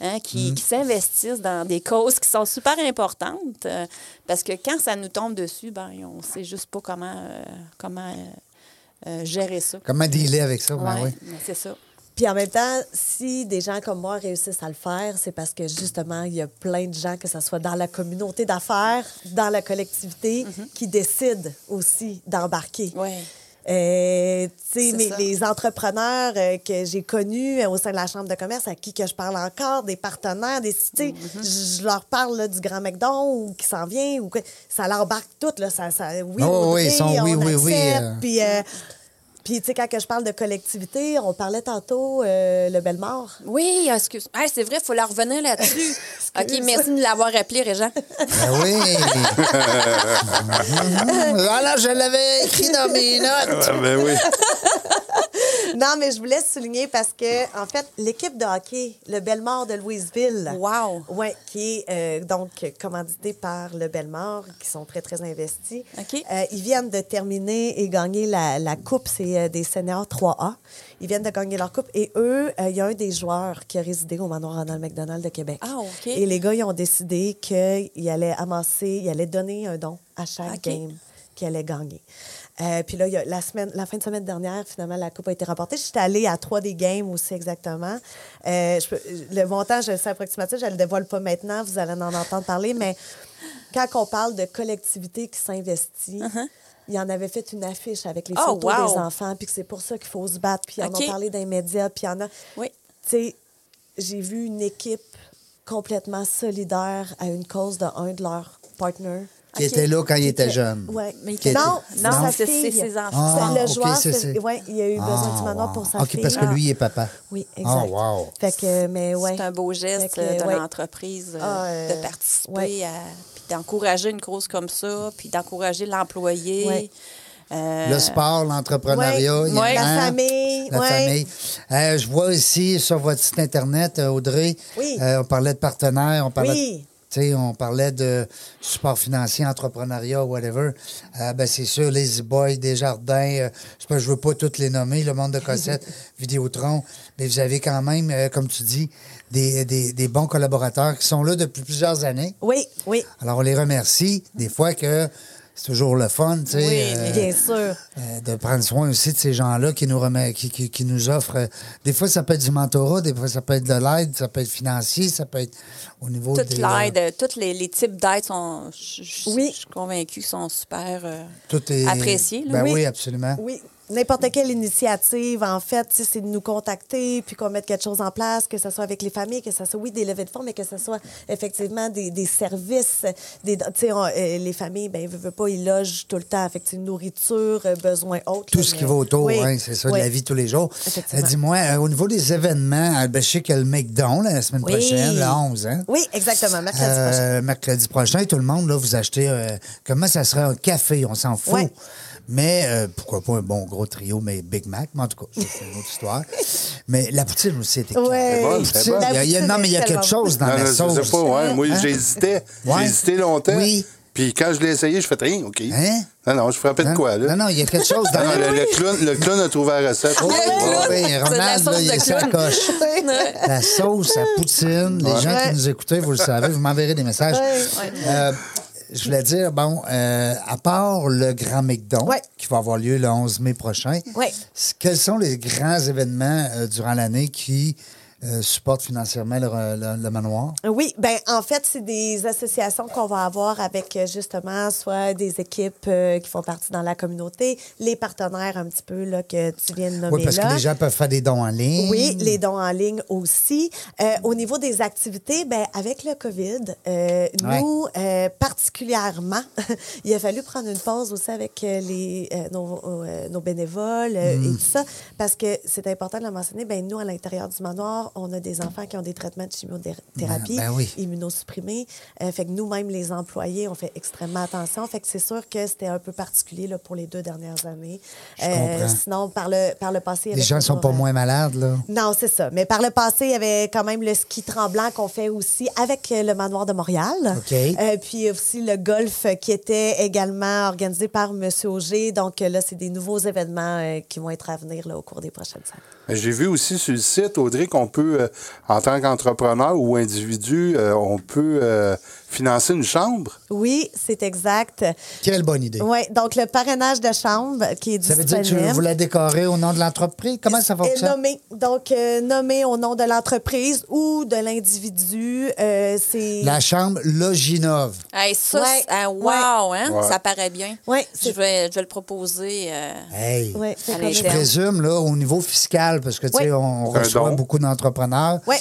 D: hein, qui,
A: Mm-hmm.
D: qui s'investissent dans des causes qui sont super importantes. euh, parce que quand ça nous tombe dessus, ben, on ne sait juste pas comment, euh, comment euh, euh, gérer ça.
A: Comment dealer avec ça? Ben
D: Ouais,
A: oui.
D: mais C'est ça.
C: Puis en même temps, si des gens comme moi réussissent à le faire, c'est parce que justement, il y a plein de gens, que ce soit dans la communauté d'affaires, dans la collectivité, qui décident aussi d'embarquer.
D: Mhm. Ouais.
C: Euh, tu sais,
D: C'est
C: mes-
D: ça.
C: les entrepreneurs euh, que j'ai connus euh, au sein de la Chambre de commerce, à qui que je parle encore, des partenaires, des cités,
D: Mhm.
C: je je leur parle là, du Grand McDon ou qui s'en vient, ou que, ça l'embarque tout. Là, ça, ça, oui,
A: Oh,
C: Audrey,
A: oui, ils sont
C: on
A: oui, oui, oui,
C: accepte,
A: euh.
C: Puis, euh, puis, tu sais, quand que je parle de collectivité, on parlait tantôt euh, le Bellemare. <laughs>
D: Oui, excuse. Ah, c'est vrai, il faut la revenir là-dessus. OK, merci de l'avoir appelé, Régent.
A: Ben
C: <laughs>
A: oui. Mhm. Voilà, je l'avais écrit dans mes notes.
B: <laughs> Ah, ben oui.
C: non, mais je voulais souligner parce que, en fait, l'équipe de hockey, le Bellemare de Louisville.
D: Wow.
C: Oui, qui est euh, donc commandité par le Bellemare, qui sont très, très investis.
D: OK.
C: Euh, ils viennent de terminer et gagner la, la coupe, c'est euh, des seniors 3A. Ils viennent de gagner leur coupe et eux, euh, il y a un des joueurs qui a résidé au manoir Ronald McDonald de Québec.
D: Ah, OK.
C: Et les gars, ils ont décidé qu'ils allaient amasser, ils allaient donner un don à chaque
D: Ah, OK.
C: game qu'ils allaient gagner. Euh, puis là, il y a la, semaine, la fin de semaine dernière, finalement, la coupe a été remportée. J'étais allée à trois des games aussi exactement. Euh, je peux- le montant, je le sais approximatif, je ne le dévoile pas maintenant, vous allez en entendre parler, mais quand on parle de collectivité qui s'investit, il en avait fait une affiche avec les
D: Uh-huh. Oh,
C: photos des
D: wow!
C: enfants, puis que c'est pour ça qu'il faut se battre, puis ils en
D: OK.
C: ont parlé dans les médias, puis il y en a.
D: Oui.
C: Tu sais, j'ai vu une équipe complètement solidaire à une cause de un de leurs partners.
A: Qui
D: Ok.
A: était là quand il était jeune.
C: Ouais.
D: Mais
A: Qui était-
C: non,
D: Non,
C: sa
D: c'est- c'est
C: fille.
D: ses enfants.
A: Ah,
C: C'est le
A: ok,
C: joueur,
A: c'est-
C: c'est-
A: c'est-
C: ouais, il a eu besoin
A: Ah,
C: du manoir
A: wow.
C: pour sa
A: OK,
C: fille.
A: parce que lui, il est papa.
C: Oui,
A: Ah,
C: exact.
A: wow.
C: Fait que, mais ouais.
D: C'est un beau geste
C: Fait que,
D: euh, de
C: ouais.
D: l'entreprise euh,
C: Ah, euh,
D: de participer
C: ouais.
D: à puis d'encourager une cause comme ça, puis d'encourager l'employé.
C: Ouais.
D: Euh,
A: Le sport, l'entrepreneuriat,
C: Ouais,
A: il y a
D: ouais.
A: un,
C: La famille,
A: La
C: ouais.
A: famille. Euh, je vois ici sur votre site Internet, euh, Audrey,
C: Oui.
A: euh, on parlait de partenaires, on parlait,
C: Oui.
A: de, tu sais, on parlait de support financier, entrepreneuriat, whatever. Euh, ben, c'est sûr, Lazy Boy, Desjardins, euh, je sais pas, je veux pas toutes les nommer, le monde de
C: <laughs>
A: Cossette, Vidéotron, mais vous avez quand même, euh, comme tu dis, des, des- des bons collaborateurs qui sont là depuis plusieurs années.
C: Oui, oui,
A: Alors, on les remercie. Des fois que c'est toujours le fun, tu sais. euh,
C: bien sûr.
A: euh, de prendre soin aussi de ces gens-là qui nous remet, qui, qui- qui nous offrent. euh, des fois, ça peut être du mentorat, des fois, ça peut être de l'aide, ça peut être financier, ça peut être au niveau
D: Toute
A: des,
D: l'aide, euh, tous les, les types d'aide sont, je, je-
C: Oui.
D: je suis convaincue, qu'ils sont super euh,
A: euh, tout est
D: appréciés. là.
A: Ben oui,
C: Oui.
A: absolument.
C: Oui, n'importe quelle initiative, en fait, tu sais, c'est de nous contacter, puis qu'on mette quelque chose en place, que ce soit avec les familles, que ce soit, oui, des levées de fonds, mais que ce soit effectivement des, des services. Des, tu sais, on- euh, les familles, ben, veulent, veulent pas, ils logent tout le temps, fait que, tu sais, nourriture, euh, besoins autres.
A: Tout
C: là,
A: ce qui
C: mais-
A: va autour,
C: Oui,
A: hein, c'est ça,
C: oui.
A: de la vie de tous les jours.
C: Effectivement.
A: Euh, Dis-moi, euh, au niveau des événements, euh, ben, je sais qu'il y a le McDonald's la semaine
C: Oui.
A: prochaine, le 11. Hein?
C: Oui, exactement, mercredi
A: Euh,
C: prochain.
A: mercredi prochain, tout le monde, là, vous achetez. euh, comment ça serait un café? On s'en fout.
C: Ouais.
A: Mais euh, pourquoi pas un bon gros trio, mais Big Mac, mais en tout cas, ça, c'est une autre
C: <laughs>
A: histoire. Mais la poutine aussi était
C: Ouais.
A: claire.
C: C'est bon,
A: La
B: c'est
A: poutine,
B: bon.
A: il y a- il y a-
C: La
A: non, mais il y a
C: poutine est
A: quelque
C: tellement
A: chose dans
B: Non,
A: la
B: non,
A: sauce. Hein?
B: Je sais pas, ouais. Moi, j'hésitais.
A: Ouais.
B: J'ai hésité longtemps.
A: Oui.
B: Puis quand je l'ai essayé, je fais, hein, OK.
A: Hein?
B: Non, non, je frappais de
A: Hein?
B: quoi, là?
A: Non, non, il y a quelque chose dans
B: Non,
A: la
B: non, le, le clown, le clown a trouvé la recette.
A: Oh,
D: Le
A: Eh oui, oui,
D: clown, c'est de la
A: Ronald, là,
D: sauce
A: il
D: de
A: est sa
D: clown.
A: coche. <laughs> La sauce à poutine. Les gens qui
C: Ouais.
A: nous écoutaient, vous le savez, vous m'enverrez des messages.
C: Ouais.
A: Euh, je voulais dire, bon, euh, à part le Grand McDon,
C: Ouais.
A: qui va avoir lieu le 11 mai prochain,
C: Ouais.
A: s- quels sont les grands événements euh, durant l'année qui euh, supportent financièrement leur, euh, le, le manoir.
C: Oui, ben en fait, c'est des associations qu'on va avoir avec euh, justement soit des équipes euh, qui font partie dans la communauté, les partenaires un petit peu là, que tu viens de nommer
A: oui, parce
C: Ah, là.
A: que les gens peuvent faire des dons en ligne.
C: Oui, les dons en ligne aussi. Euh, au niveau des activités, ben, avec le COVID, euh, nous, euh, particulièrement, <laughs> il a fallu prendre une pause aussi avec euh, les, euh, nos, euh, nos bénévoles euh,
A: Mm.
C: et tout ça, parce que c'est important de le mentionner. Ben, nous, à l'intérieur du manoir, on a des enfants qui ont des traitements de chimiothérapie,
A: Ben, ben oui.
C: immunosupprimés. Euh, fait que nous-mêmes, les employés, on fait extrêmement attention. Fait que c'est sûr que c'était un peu particulier là, pour les deux dernières années. Euh,
A: Je comprends.
C: sinon, par le, par le passé... il y
A: Les
C: avait
A: gens sont
C: toujours,
A: pas
C: euh,
A: moins malades, là.
C: non, c'est ça. Mais par le passé, il y avait quand même le ski tremblant qu'on fait aussi avec euh, le manoir de Montréal.
A: OK.
C: Euh, puis aussi le golf euh, qui était également organisé par M. Auger. Donc euh, là, c'est des nouveaux événements euh, qui vont être à venir là, au cours des prochaines semaines.
B: J'ai vu aussi sur le site, Audrey, qu'on peut, euh, en tant qu'entrepreneur ou individu, euh, on peut euh, financer une chambre.
C: Oui, c'est exact.
A: Quelle bonne idée.
C: Oui, donc le parrainage de chambre qui est
A: Ça veut
C: disponible.
A: dire que tu veux vous la décorer au nom de l'entreprise? Comment ça
C: Euh,
A: fonctionne?
C: Nommé. Donc, euh, nommé au nom de l'entreprise ou de l'individu. Euh, c'est...
A: La chambre Loginov.
D: Hey, ça,
C: Ouais,
D: c'est- ah,
C: ouais.
D: wow, hein?
B: Ouais.
D: Ça paraît bien.
C: Ouais,
D: je,
C: c'est-
D: vais, je vais le proposer. euh,
A: Hey!
C: Ouais, c'est
D: À
C: comme-
A: Je
D: l'interne.
A: présume, là, au niveau fiscal, parce que, tu sais,
C: Oui.
A: on
B: Un
A: reçoit
B: don.
A: beaucoup d'entrepreneurs
C: Oui.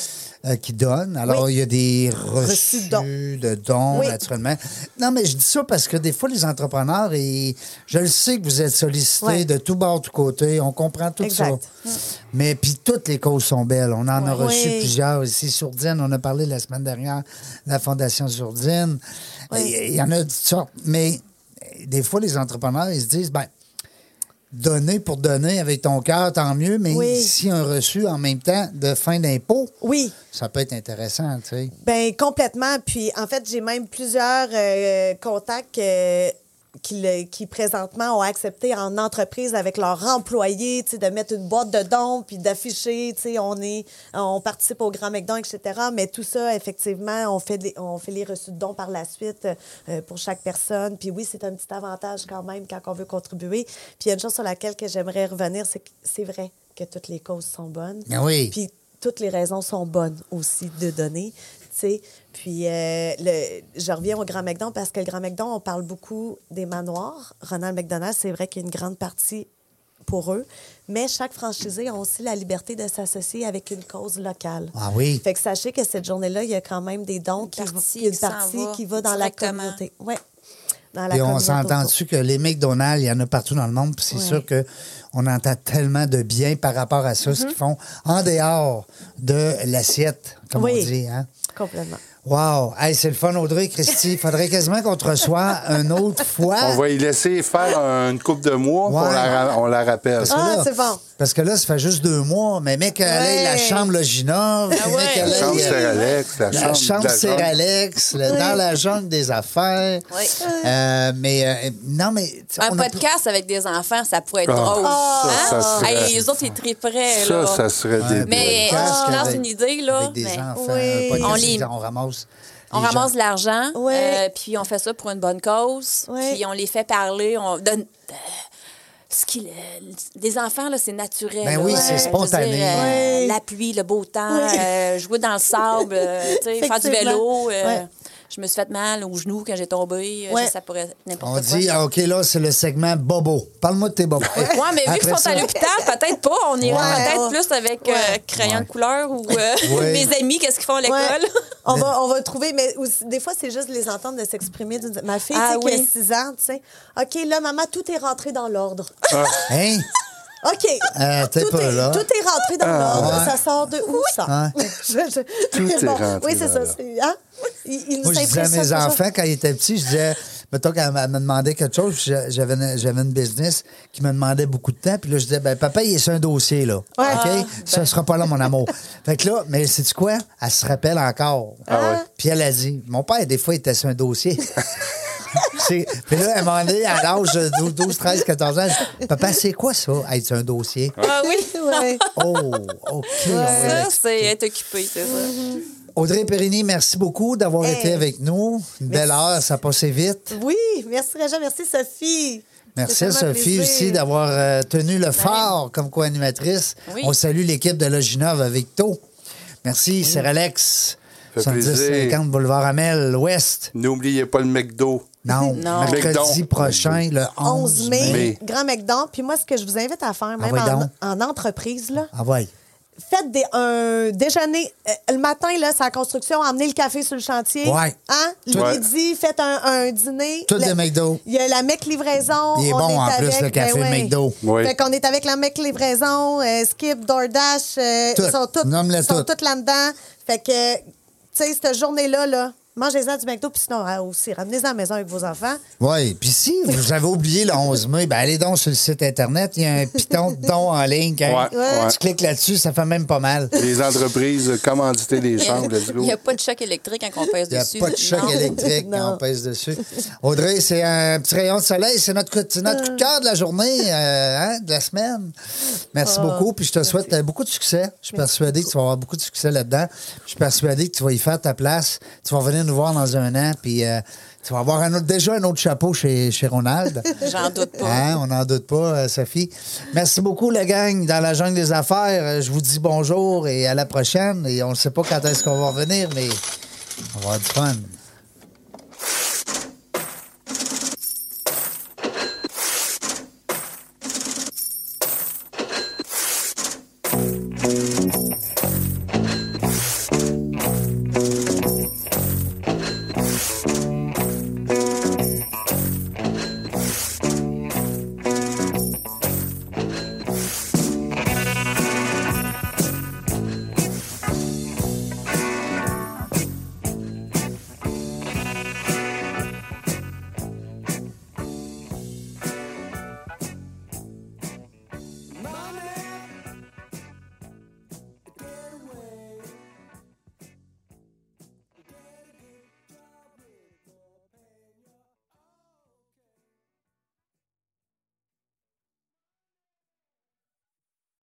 A: euh, qui donnent. Alors,
C: Oui.
A: il y a des reçus,
C: Reçus de dons.
A: de dons,
C: Oui.
A: naturellement. Non, mais je dis ça parce que des fois, les entrepreneurs, et je le sais que vous êtes sollicités
C: Ouais.
A: de tous bords, de tous côtés. On comprend tout
C: Exact.
A: ça. Mm. Mais puis, toutes les causes sont belles. On en a
C: Ouais.
A: reçu
C: Oui.
A: plusieurs ici. Sourdine, on a parlé la semaine dernière de la Fondation Sourdine.
C: Oui.
A: Il il y en a de toutes sortes. Mais euh, des fois, les entrepreneurs, ils se disent, ben donner pour donner avec ton cœur, tant mieux, mais
C: Oui.
A: si un reçu en même temps de fin d'impôt,
C: Oui.
A: ça peut être intéressant, tu sais.
C: Ben complètement. Puis en fait, j'ai même plusieurs euh, contacts euh, qui, le- qui présentement ont accepté en entreprise avec leurs employés, tu sais, de mettre une boîte de dons puis d'afficher, tu sais, on est, on participe au Grand McDon, etc. Mais tout ça, effectivement, on fait des- on fait les reçus de dons par la suite euh, pour chaque personne. Puis oui, c'est un petit avantage quand même quand on veut contribuer. Puis il y a une chose sur laquelle que j'aimerais revenir, c'est que c'est vrai que toutes les causes sont bonnes.
A: Ah oui.
C: Puis toutes les raisons sont bonnes aussi de donner. tu sais. Puis euh, le- je reviens au Grand McDon parce que le Grand McDon, on parle beaucoup des manoirs. Ronald McDonald, c'est vrai qu'il y a une grande partie pour eux, mais chaque franchisé a aussi la liberté de s'associer avec une cause locale.
A: Ah oui.
C: Fait que sachez que cette journée-là, il y a quand même des dons qui vont-
D: partie
C: il y a
D: qui s'en va
C: qui va dans la
D: directement.
C: communauté. Ouais. Dans la
A: Puis on
C: communauté
A: s'entend
C: autour.
A: dessus que les McDonald's, il y en a partout dans le monde, puis c'est
C: Ouais.
A: sûr que on entend tellement de bien par rapport à
C: Mhm.
A: ça, ce qu'ils font en dehors de l'assiette, comme
C: Oui.
A: on dit. Hein?
C: Complètement.
A: Wow! Hey, c'est le fun, Audrey,
C: <laughs>
A: Christy. Faudrait quasiment qu'on te reçoive une autre fois.
B: On va y laisser faire une coupe de mois, puis
A: Ah. Ouais.
B: on, la, ra- on la rappelle.
A: Parce que
C: Ah,
A: là-
C: c'est bon.
A: Parce que là, ça fait juste deux mois, mais mec, elle aille la
C: Ouais. Ah
A: chambre Loginov, mec, elle
B: La
A: aille,
B: chambre
A: euh,
B: Seralex, la,
A: La chambre
B: de la
A: Sir
B: jungle.
A: Alex, le- dans la jungle des affaires.
D: Oui.
A: Euh, mais euh, non, mais tu sais,
D: Un
A: on a-
D: podcast avec des enfants, ça pourrait être
B: Ah,
D: drôle.
B: ça, ça
D: Hein?
B: serait-
D: Hey, les autres, ils triperaient.
B: Ça,
D: là.
B: ça serait
A: Ouais,
B: débile.
D: Mais
A: un podcast
D: on lance
A: avec-
D: une idée, là,
A: Avec des
D: mais-
A: enfants,
C: Oui.
A: un podcast,
D: On les-
A: on, ramasse.
D: On
A: les gens.
D: ramasse de l'argent,
C: Ouais.
D: euh, puis on fait ça pour une bonne cause,
C: Ouais.
D: puis on les fait parler, on donne... euh, ce qu'il- euh, les enfants, là, c'est naturel.
A: Ben
D: là.
A: oui,
D: Ouais.
A: c'est
D: Je veux
A: spontané.
D: dire, euh,
C: Ouais.
D: La pluie, le beau temps,
C: Ouais.
D: euh, jouer dans le sable, euh, tu sais, faire du
C: Effectivement.
D: vélo. euh,
C: Ouais.
D: Je me suis fait mal aux genoux quand j'ai tombé. euh,
C: Ouais.
D: Ça pourrait être n'importe
A: On
D: quoi.
A: dit, ah, OK, là, c'est le segment Bobo. Parle-moi de tes Bobos.
D: Oui, mais vu
A: Après
D: qu'ils sont
A: ça-
D: à l'hôpital, peut-être pas. On ira
C: Ouais.
D: peut-être plus avec euh, crayon de couleur ou euh,
A: Ouais.
D: <laughs> mes amis, qu'est-ce qu'ils font à l'école.
C: Ouais. on, va, on va le trouver, mais aussi- des fois, c'est juste les entendre de s'exprimer. d'une- Ma fille,
D: Ah
C: tu sais,
D: oui.
C: qui a 6 ans, tu sais. OK, là, maman, tout est rentré dans l'ordre.
A: Hein?
C: OK.
A: Euh, t'es
C: tout,
A: pas
C: est,
A: là. Ah,
C: tout est rentré dans l'ordre.
A: ouais.
C: Ça sort de où, ça? <laughs> Je- je-
B: Tout est rentré
C: Oui, c'est
B: dans
C: ça.
B: l'ordre.
C: c'est- Hein? Il, il
A: Moi,
C: nous
A: je disais à
C: impressionne
A: mes
C: toujours.
A: enfants, quand ils étaient petits, je disais, mettons, quand elle me demandait quelque chose, puis j'a- j'avais une, j'avais une business qui me demandait beaucoup de temps, puis là, je disais, ben, papa, il est sur un dossier, là.
C: Ouais.
A: OK?
C: Ah,
A: Ça sera pas là, mon
C: <laughs>
A: amour. fait que là, mais sais-tu quoi? Elle se rappelle encore.
B: Ah ouais.
C: Hein?
A: Puis elle a dit, mon père, des fois, il était sur un
C: <laughs>
A: dossier. C'est- Puis là, à un moment donné, à l'âge de 12, 12, 13, 14 ans, je dis, papa, c'est quoi ça, être sur un dossier?
D: Ah oui,
C: <laughs>
D: <laughs>
C: Ouais.
A: Oh, OK. on va
D: ça,
A: l'expliquer.
D: c'est être occupé, c'est ça.
A: Audrey Périni, merci beaucoup d'avoir
C: Hey.
A: été avec nous. Une belle
C: Merci.
A: heure, ça passait vite.
C: Oui, merci, Raja. Merci, Sophie.
A: Merci
C: C'est
A: à
C: tellement un
A: Sophie
C: plaisir.
A: aussi d'avoir euh, tenu le fort comme co-animatrice.
D: Oui.
A: On salue l'équipe de Loginov avec Victo. Merci, c'est Alex.
B: Fait plaisir.
A: 70-50 Boulevard Amel, l'Ouest.
B: N'oubliez pas le McDo.
A: Non,
D: Non.
A: mercredi
B: McDon.
A: prochain, le
C: 11 mai,
B: mai.
C: Grand McDon. Puis moi, ce que je vous invite à faire, même
A: ouais,
C: en,
A: Ah donc.
C: en entreprise, là,
A: Ah ouais.
C: faites des, un déjeuner. Euh, le matin, là, c'est la construction, emmenez le café sur le chantier.
A: Ouais.
C: Hein? Le
B: Ouais.
C: midi, faites un, un dîner.
A: Tout
C: Le-
A: de McDo.
C: Il y a la mec livraison.
A: Il est
C: on
A: bon, en
C: avec-
A: plus, le café
C: ben
A: McDo.
B: Oui.
C: Fait qu'on est avec la mec livraison, euh, Skip, DoorDash. euh,
A: Tout.
C: Ils sont toutes,
A: Nomme-les
C: ils sont
A: toutes.
C: toutes là-dedans. Fait que, tu sais, cette journée-là, là, mangez-en du McDo, puis sinon, euh, aussi, ramenez-en à la maison avec vos enfants.
A: Oui, puis si vous avez oublié le 11 mai, ben allez donc sur le site Internet, il y a un piton de dons en ligne. hein.
B: Ouais, ouais.
A: Tu cliques là-dessus, ça fait même pas mal.
B: Les entreprises euh, commanditées des chambres, let's
D: Il
B: go.
D: n'y a pas de choc électrique quand on pèse
A: Il n'y a
D: dessus.
A: pas de choc
D: Non.
A: électrique quand
C: Non.
A: on pèse dessus. Audrey, c'est un petit rayon de soleil. C'est notre, coup- c'est notre coup de cœur de la journée, euh, hein, de la semaine. Merci beaucoup. Puis je te souhaite euh, beaucoup de succès. Je suis persuadé que tu vas avoir beaucoup de succès là-dedans. Je suis persuadé que tu vas y faire ta place. Tu vas venir nous voir dans un an. Puis euh, tu vas avoir un autre, déjà un autre chapeau chez, chez Ronald.
D: J'en doute pas.
A: Hein, on n'en doute pas, euh, Sophie. Merci beaucoup, la gang, dans la jungle des affaires. Euh, Je vous dis bonjour et à la prochaine. Et on ne sait pas quand est-ce qu'on va revenir, mais on va avoir du fun.